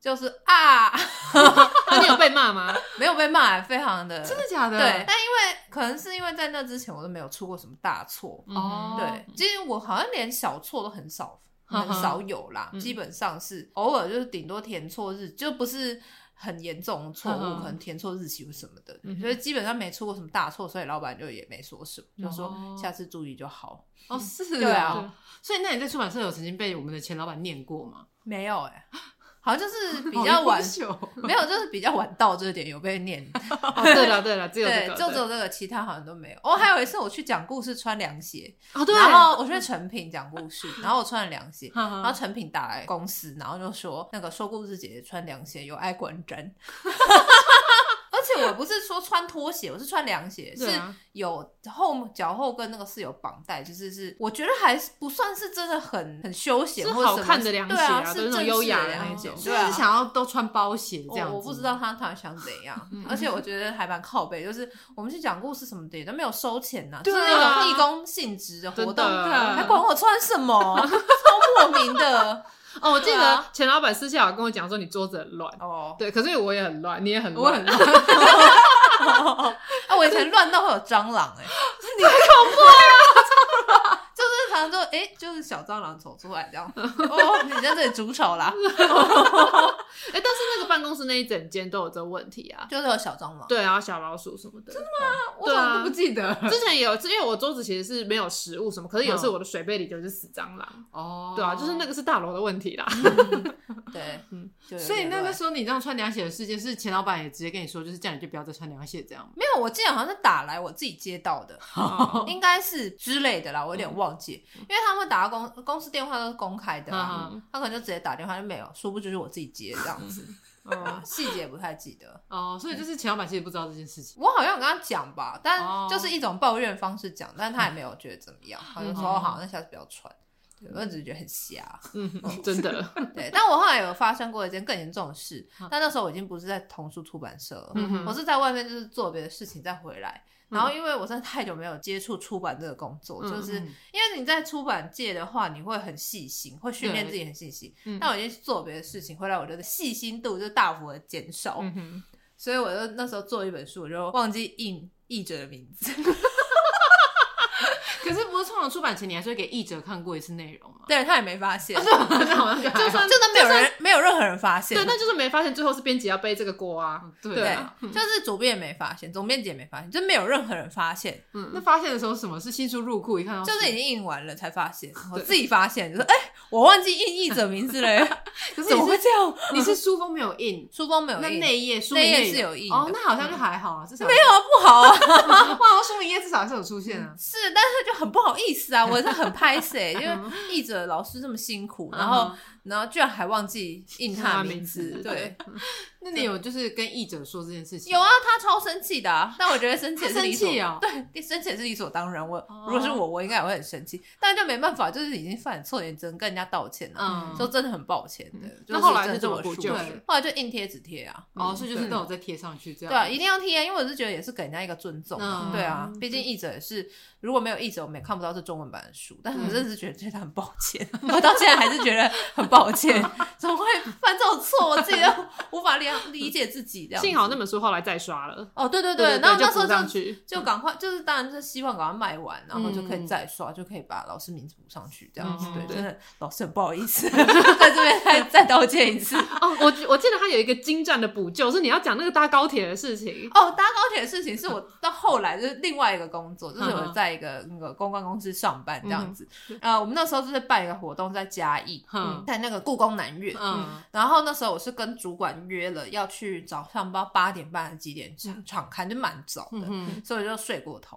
S3: 就是啊， (laughs)
S1: 那你有被骂 (laughs) 吗？
S3: 没有被骂，非常的
S2: 真的假的？
S3: 对。但因为可能是因为在那之前我都没有出过什么大错，
S1: 嗯
S2: 哦，
S3: 对，其实我好像连小错都很少，
S2: 哈嗯
S3: 很
S2: 哈
S3: 少有啦，基本上是偶尔就是顶多填错日，就不是很严重的错误，
S2: 嗯嗯
S3: 可能填错日期或什么的，所以基本上没出过什么大错，所以老板就也没说什么，就
S2: 哦
S3: 说下次注意就好。
S2: 哦是
S3: 对
S2: 啊
S3: 啊，
S2: 所以那你在出版社有曾经被我们的前老板念过吗？
S3: 没有哎、好像就是比较
S2: 好
S3: 晚
S2: 优，秀哦
S3: (laughs) 没有就是比较晚到这点有被念，
S1: 哦，对了对了，只有这
S3: 对
S1: 个，，
S3: 就只有这个，其他好像都没有。哦，还有一次我去讲故事穿凉鞋，
S2: 哦，对，
S3: 然后我去成品讲故事，然后我穿了凉
S1: (laughs)
S3: 鞋，
S1: 嗯
S2: 哈哈
S3: 然后成品打来公 (laughs) 司，然后就说那个说故事姐姐穿凉鞋有碍观瞻。我且我不是说穿拖鞋，我是穿凉鞋，是
S1: 对啊
S3: 有后脚后跟那个是有绑带，就是是我觉得还是不算是真的很很休闲
S1: 是
S3: 或者
S1: 好
S3: 什么
S1: 看的凉鞋
S3: 对啊，
S1: 啊
S3: 是
S1: 都是那种
S3: 正式
S1: 优雅
S3: 的
S1: 的
S3: 凉
S1: 那
S3: 鞋
S1: 种
S2: 所
S3: 对
S2: 以
S3: 啊
S2: 是，想要都穿包鞋这样
S3: 我
S2: 子
S3: 我不知道他突然想怎样，
S1: 嗯
S3: 而且我觉得还蛮靠背，就是我们去讲故事什么的也都没有收钱呐、
S1: 对啊
S3: 是那种义工性质的活
S1: 真
S3: 动，
S1: 的啊
S3: 还管我穿什么，超莫名的
S1: 哦，我记
S3: 对
S1: 得
S3: 啊
S1: 钱老板私下有跟我讲说你桌子很乱，
S3: 哦。
S1: 对，可是我也很乱，你也很
S2: 我
S1: 乱，
S2: 很乱，你
S3: 啊，我以前乱到会有蟑螂
S1: (laughs)
S3: 哎、
S2: 太恐怖了。
S1: 啊
S3: (laughs) 就是常常就哎、就是小蟑螂走出来这样，哦，你在这里煮手啦，
S1: 哎、但是那个办公室那一整间都有这个问题啊。
S3: 就是有小蟑螂。
S1: 对，然后小老鼠什么的。真的吗？
S2: 我
S1: 对
S2: 怎么
S1: 啊
S2: 都不，记 (laughs) 得？
S1: 之前也有，因为我桌子其实是没有食物什么，可是有一次
S2: 嗯
S1: 我的水杯里就是死蟑螂。
S2: 哦
S1: 对啊，就是那个是大楼的问题啦。
S3: 对，
S1: 嗯
S3: 就有
S2: 所以
S3: 点
S2: 那个
S3: 乱
S2: 时候你这样穿凉鞋的事件，是钱老板也直接跟你说，就是叫你就不要再穿凉鞋这样吗。
S3: 没有，我记得好像是打来我自己接到的，
S1: 哦
S3: 应该是之类的啦，嗯我有点忘记，因为他们打到公公司电话都是公开的啊，
S2: 嗯
S3: 他可能就直接打电话就没有，殊不知是我自己接这样 (laughs) 子，嗯，细节不太记得。
S2: 哦，所以就是钱老板其实不知道这件事情。
S3: 我好像有跟他讲吧，但
S2: 哦
S3: 就是一种抱怨方式讲，但他也没有觉得怎么样，他就说
S2: 嗯
S3: 哦好，那下次不要穿。对我只是觉得很瞎，
S1: 嗯，真的。
S3: 对。但我后来有发生过一件更严重的事，但那时候我已经不是在童书出版社了，
S1: 嗯哼
S3: 我是在外面就是做别的事情再回来。然后因为我真的太久没有接触出版这个工作，
S1: 嗯
S3: 就是
S2: 嗯
S3: 因为你在出版界的话，你会很细心，会训练自己很细心。
S1: 嗯
S3: 但我已经做别的事情，回来我觉得细心度就大幅的减少，
S1: 嗯哼，
S3: 所以我就那时候做一本书，我就忘记印译者的名
S2: (laughs)
S3: 字。(laughs)
S2: 可是不是通常出版前你还是会给译者看过一次内容吗？
S3: 对他也没发
S1: 啊
S3: 现，就
S2: 那好像就还好
S1: 算
S3: 真的没有人没有任何人发现。
S1: 对，那就是没发现最后是编辑要背这个锅啊。
S2: 对
S1: 对
S3: 对
S2: 啊。，
S3: (laughs) 就是主编也没发现，总编辑也没发现，就没有任何人发现，
S2: 那发现的时候，什么是新书入库？一看到
S3: 哦就是已经印完了才发现，我自己发现，就是哎、我忘记印译者名字 (laughs) 了，
S2: 可是
S3: 怎么
S2: 你
S3: 会
S2: 是
S3: 这样？
S2: 你是书封没有印，
S3: 书封没有
S2: 那
S3: 印，
S2: 内页书
S3: 内
S2: 名
S3: 页
S2: 也
S3: 是有印的
S2: 哦，那好像就还好啊，至少
S3: 没有啊，不好啊。
S2: (laughs)
S3: (laughs)
S2: 哇，我书名页至少还是有出现啊。
S3: 是，但是就很不好意思啊，我是很拍死、 (laughs) 欸，因为译者老师这么辛苦，然后
S2: 嗯
S3: 然后居然还忘记印他的名
S1: 印他
S3: 字，
S1: 名字
S3: 对，
S2: 那你有就是跟译者说这件事情？
S3: 有啊，他超生气的、啊，但我觉得生气哦也是理所
S2: 他生气哦
S3: 对，生气也是理所当然。我如果是我，我应该也会很生气，但就没办法，就是已经犯错，也只能跟人家道歉了、啊，
S2: 嗯
S3: 说真的很抱歉的。
S1: 那后来
S3: 就是这
S1: 怎
S3: 么
S1: 么
S3: 说
S1: 补救
S3: 的
S1: 的？
S3: 后来就印贴纸贴啊。
S2: 哦，所以就是都有再贴上去这样。
S3: 对啊，一定要贴啊，因为我是觉得也是给人家一个尊重啊。
S2: 嗯
S3: 对啊，毕竟译者也是，如果没有译者，我们也看不到这中文版的书。但是
S1: 嗯
S3: 我真的是觉得对他很抱歉， (laughs) 我到现在还是觉得很抱
S1: (laughs)
S3: 歉，怎么会犯这种错？我自己都无法理理解自己这样。
S1: 幸好那本书后来再刷了。
S3: 哦，对对
S1: 对
S3: 然后
S1: 就
S3: 那时候
S1: 补上
S3: 就
S1: 去。
S3: 就赶快，就是当然是希望赶快卖完，然后就可以再刷，就可以把老师名字补上去这样子。
S2: 嗯
S3: 对，
S1: 对
S3: 真的老师很不好意
S1: (laughs)
S3: 思，在这边再再道歉一次。
S1: 哦，我记我记得他有一个精湛的补救，是你要讲那个搭高铁的事情。
S3: 哦，搭高铁的事情是我到后来就是另外一个工作，就是
S2: 嗯
S3: 我在一个那个公关公司上班这样子。呃，我们那时候就是办一个活动在嘉义，
S2: 嗯
S3: 在那个故宫南苑。
S2: 嗯
S3: 然后那时候我是跟主管约了要去早上不知道八点半还是几点场场刊，就蛮早的，
S2: 嗯
S3: 所以我就睡过
S2: (laughs)
S3: 头。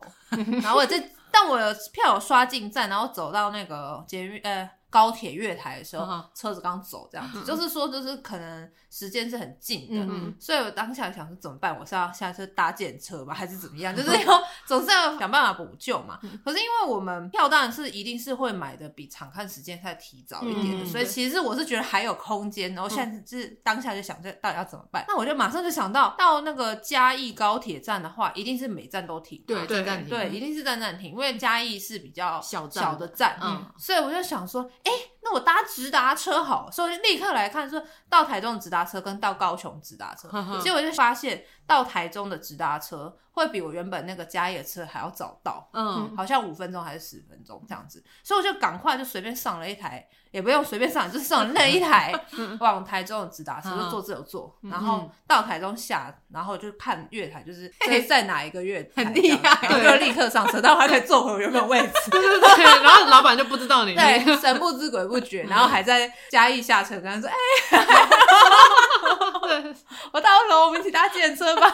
S3: 然后我这但我有票有刷进站，然后走到那个捷运呃。高铁月台的时候，
S2: 嗯
S3: 车子刚走，这样子，就是说，就是可能时间是很近的，
S1: 嗯
S2: 嗯
S3: 所以我当下想说怎么办？我是要下车搭电车吧，还是怎么样？就是要 (laughs) 总是要想办法补救嘛。
S1: 嗯
S3: 可是因为我们票当然是一定是会买的比场看时间再提早一点的，
S1: 嗯
S3: 所以其实我是觉得还有空间。然后现在是当下就想这到底要怎么办？那我就马上就想到到那个嘉义高铁站的话，一定是每站都停嘛。
S2: 对，
S1: 对嗯
S2: 这暂停
S3: 对，一定是站站停，因为嘉义是比较
S2: 小站
S3: 小的站，
S2: 嗯
S3: 所以我就想说，哎、那我搭直达车好，所以我就立刻来看说到台中的直达车跟到高雄直达车，
S2: 呵呵
S3: 结果就发现到台中的直达车会比我原本那个嘉义的车还要早到，
S2: 嗯
S3: 好像五分钟还是十分钟这样子，所以我就赶快就随便上了一台，也不用随便上，就是上了那一
S2: (laughs)
S3: 台往台中的直达车，
S2: 嗯
S3: 就坐自由座，然后到台中下，然后就看月台，就是在在哪一个月台
S2: 很厉害
S3: 这样然后就立刻上车，但我还可以坐回我原本位置，
S1: 对对对，然后老板就不知道你。
S3: 对，神不知鬼不觉，然后还在嘉义下车，跟他说：“哎、
S1: 对，
S3: 我到了，我们一起搭计程车吧。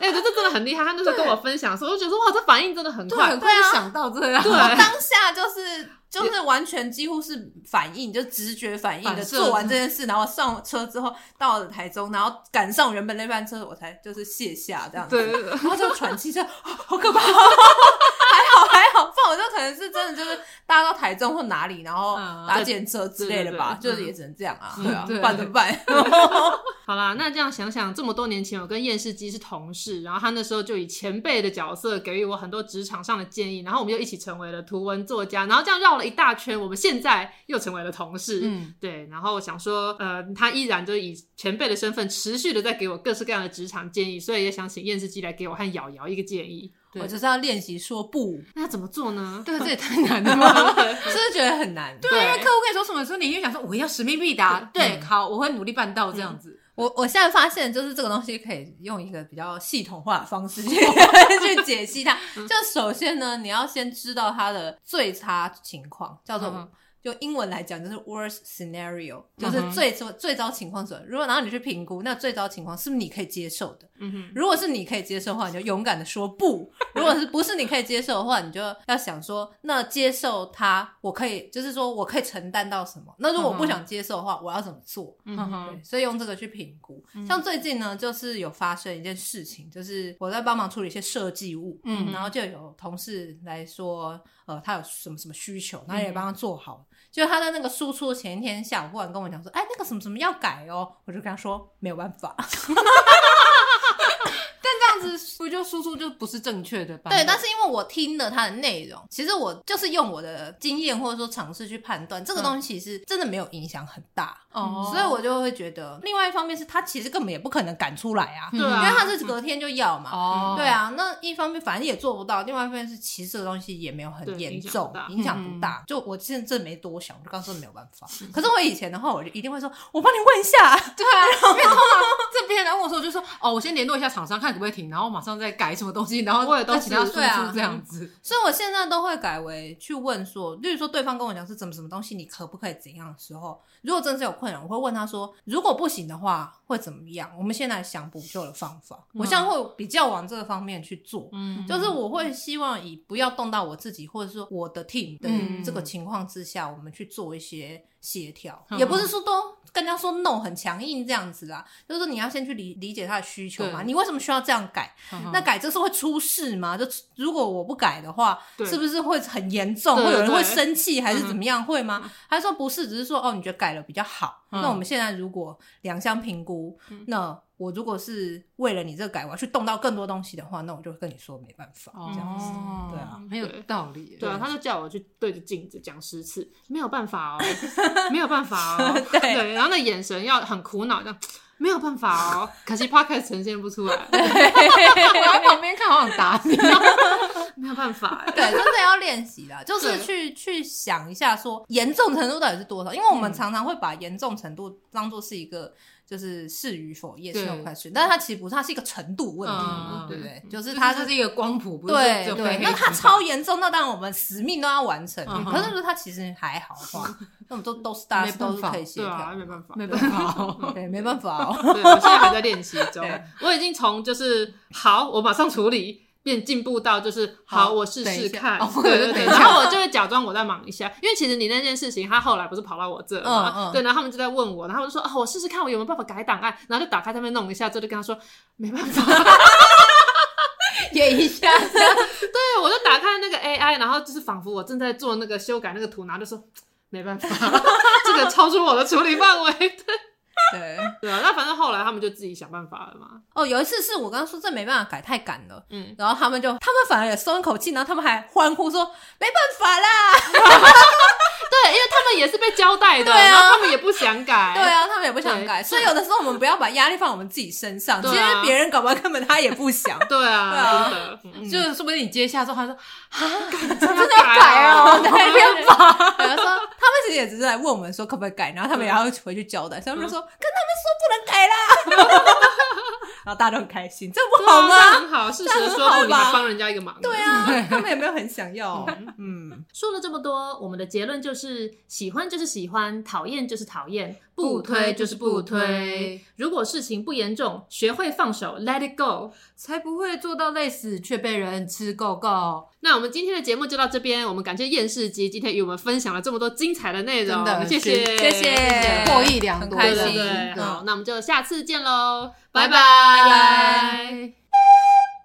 S1: 哎、这这真的很厉害。他
S3: 啊
S1: 那时候跟我分享的时候，我就觉得说哇，这反应真的很
S2: 对，(laughs)
S1: 快
S2: 很。快就想到这样。
S1: 对”
S3: 我当下就是。就是完全几乎是反应，就直觉反应的
S2: 反射
S3: 做完这件事，然后上车之后到了台中，然后赶上原本那班车，我才就是卸下这样子，
S1: 对对对
S3: 然后就喘气，就、哦 (gasps) 好 (laughs) 可怕，还好还好，不然我就可能是真的就是搭到台中或哪里，然后
S2: 嗯
S3: 搭检车之类的吧，
S1: 对对对
S3: 就是也只能这样啊，
S2: 嗯
S3: 对啊，
S1: 对
S3: 不然怎么办？ (laughs)
S1: 好啦，那这样想想，这么多年前我跟验视机是同事，然后他那时候就以前辈的角色给予我很多职场上的建议，然后我们又一起成为了图文作家，然后这样绕了一大圈，我们现在又成为了同事。
S3: 嗯，
S1: 对，然后想说，呃，他依然就是以前辈的身份，持续的在给我各式各样的职场建议，所以也想请验视机来给我和瑶瑶一个建议。
S3: 我就是要练习说不，
S1: 那要怎么做呢？
S2: 对，这也太难了吧？
S3: (laughs) 是不是觉得很难？
S2: 对啊，因为客户跟你说什么，所以你就想说我要使命必达。对，好，我会努力办到这
S3: 嗯
S2: 样子。
S3: 我我现在发现，就是这个东西可以用一个比较系统化的方式
S2: (laughs)
S3: 去去解析它。
S2: 嗯
S3: 就首先呢，你要先知道它的最差情况，叫做、
S2: 嗯
S3: 就英文来讲就是 worst scenario，就
S2: 嗯
S3: 是
S2: 哼
S3: 最最最糟情况是什么。如果然后你去评估，那最糟情况是不是你可以接受的？
S1: (laughs) 嗯哼，
S3: 如果是你可以接受的话，你就勇敢的说不；如果是不是你可以接受的话，你就要想说，那接受它，我可以就是说我可以承担到什么？那如果我不想接受的话，我要怎么做？
S2: 嗯
S1: 嗯哼，
S2: 哼，
S3: 所以用这个去评估。像最近呢，就是有发生一件事情，就是我在帮忙处理一些设计物，
S2: 嗯
S3: 嗯，然后就有同事来说，呃，他有什么什么需求，然后也帮他做好。就他在那个输出的前一天下午，忽然跟我讲说，哎，那个什么什么要改哦，我就跟他说没有办法。
S2: 但这样子不就输出就不是正确的版本？
S3: 对，但是因为我听了它的内容，其实我就是用我的经验或者说尝试去判断，这
S1: 嗯
S3: 个东西其实真的没有影响很大，
S2: 哦，
S3: 所以我就会觉得，另外一方面是他其实根本也不可能赶出来啊，
S2: 嗯
S1: 对啊，嗯
S3: 因为他是隔天就要嘛，
S2: 哦，
S3: 对，啊，那一方面反正也做不到，另外一方面是其实这个东西也没有
S1: 对
S3: 很严
S1: 影响
S3: 重
S1: 不大，嗯
S3: 影响不大。就我现在真的没多想，我就刚说没有办法。可是我以前的话，我就一定会说，我帮你问一下。
S2: (laughs) 对啊，因为通常这边来问我说，我就说哦，我先联络一下厂商看可不可以停，然后马上再改什么东西，然后
S1: 我也都
S2: 再请他
S1: 是
S2: 输
S3: 对啊
S2: 出这样子。
S3: 所以我现在都会改为去问说，例如说对方跟我讲是怎么什么东西，你可不可以怎样的时候，如果真的是有困扰，我会问他说，如果不行的话会怎么样？我们现在想补救的方法，我现在会比较往这个方面去做。
S2: 嗯
S3: 就是我会希望以不要动到我自己，或者说我的 team
S2: 嗯
S3: 的这个情况之下，我们去做一些协调，
S1: 嗯
S3: 也不是说都跟他说 no 很强硬这样子啦，就是说你要先去理理解他的需求嘛，
S2: 对嗯
S3: 你为什么需要这样改？那改这是会出事吗？就如果我不改的话，
S1: 对
S3: 是不是会很严重？
S1: 对
S3: 会有人
S1: 对
S3: 会生气还
S2: 嗯
S3: 是怎么样？会吗？他说不是，只是说哦，你觉得改了比较好。
S2: 嗯
S3: 那我们现在如果两相评估，那我如果是为了你这个改，我要去动到更多东西的话，那我就跟你说没办法。嗯这
S2: (laughs)
S3: 样子
S2: 哦，
S3: 对啊，
S2: 很有道理耶。
S1: 对啊，他就叫我去对着镜子讲十次，没有办法哦， (laughs) 没有办法哦，
S3: (laughs) 对
S1: 然后那眼神要很苦恼，这样没有办法哦，可惜 podcast 呈现不出来， (laughs) 我在旁边看，好想打
S2: (laughs)
S1: 你，没有办法哎，
S3: 对，真的要练习啦，就是
S1: 对
S3: 去去想一下说严重程度到底是多少，因为我
S2: 嗯
S3: 们常常会把严重程度当做是一个就是是与否也是有
S2: 对
S3: 快去，但是它其实不是，它是一个程度问题，
S2: 嗯
S3: 对不对？就是
S2: 就是
S3: 它
S2: 它
S3: 是
S2: 这是一个光谱，不是
S3: 对
S2: 就非
S3: 对，那
S2: 黑即
S3: 它
S2: 白
S3: 超严重，那当然我们使命都要完成。
S2: 嗯
S3: 可是如果它其实还好的
S2: (laughs)
S3: 话，那我们都都是大
S2: 没
S3: 家
S2: 办
S3: 都是
S2: 法
S3: 可以协
S1: 对
S3: 调
S1: 啊，。没办法，
S2: 没办法哦，
S3: 对，没办法哦。 (laughs)
S1: 对，我现在还在练习中
S3: 对，
S1: 我已经从就是好，我马上处理。变进步到就是好，
S3: 好
S1: 我试
S3: 等
S1: 试
S3: 一下
S1: 看
S3: 哦，
S1: 对对
S3: 等
S1: 对，
S3: 一下
S1: 然后我就会假装我在忙一下，因为其实你那件事情，他后来不是跑到我这了嘛，
S3: 嗯嗯
S1: 对，然后他们就在问我，然后我就说啊，我试试看我有没有办法改档案，然后就打开他们弄一下，之后就跟他说没办法，
S3: 演
S2: (laughs)
S3: 一下，
S1: 对，我就打开那个 AI，然后就是仿佛我正在做那个修改那个图，然后就说没办法， (laughs) 这个超出我的处理范围， (laughs) 对
S3: 对。
S1: 对啊，那反正后来他们就自己想办法了嘛，
S3: 哦，有一次是我刚刚说这没办法改，太赶了。
S1: 嗯，
S3: 然后他们就，他们反而也松一口气，然后他们还欢呼说：“没办法啦
S1: 对，因为他们也是被交代的，
S3: 对啊
S1: 然后他们也不想！”改，
S2: 哎
S3: 对啊，他们也不想改，
S1: 对
S3: 所以有的时候我们不要把压力放我们自己身上，其
S1: 对
S3: 实
S1: 啊
S3: 别人搞不好根本他也不想。
S1: 对
S3: 对啊
S1: 啊，真的，嗯
S2: 就是说不定你接下之后，他说
S1: 真的啊
S3: 要改
S1: (laughs)
S3: 哦，对，
S1: 对
S3: 没有法。然后说他们其实也只是来问我们说可不可以改，然后他们也要回去交代，所以他们就说跟他们说不能改啦。 (laughs) 然后大家都很开心，这不好
S1: 啊这样
S3: 吗？
S1: 很好，适
S3: 这
S1: 时
S3: 样
S1: 的
S3: 很
S1: 说
S3: 好
S1: 不，你还
S3: 吧
S1: 帮人家一个忙。
S3: 对啊，他们也没有很
S1: (laughs)
S3: 想要。嗯，
S1: 说了这么多，我们的结论就是：喜欢就是喜欢，讨厌就是讨厌，不推就是不推。如果事情不严重，学会放手，let it go。
S2: 才不会做到累死却被人吃够够。
S1: 那我们今天的节目就到这边，我们感谢厌世姬今天与我们分享了这么多精彩的内容，
S3: 真的
S1: 谢谢
S3: 谢谢
S2: 获益良
S3: 很
S2: 多，
S3: 开
S1: 对
S3: 心
S1: 对
S2: 真
S1: 对，
S2: 的
S1: 好，那我们就下次见喽，拜
S3: 拜拜
S1: 拜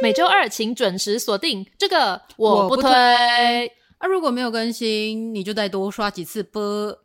S1: 每周二请准时锁定这个，我
S2: 我
S1: 不
S2: 不
S1: 推。
S2: 啊，如果没有更新，你就再多刷几次播。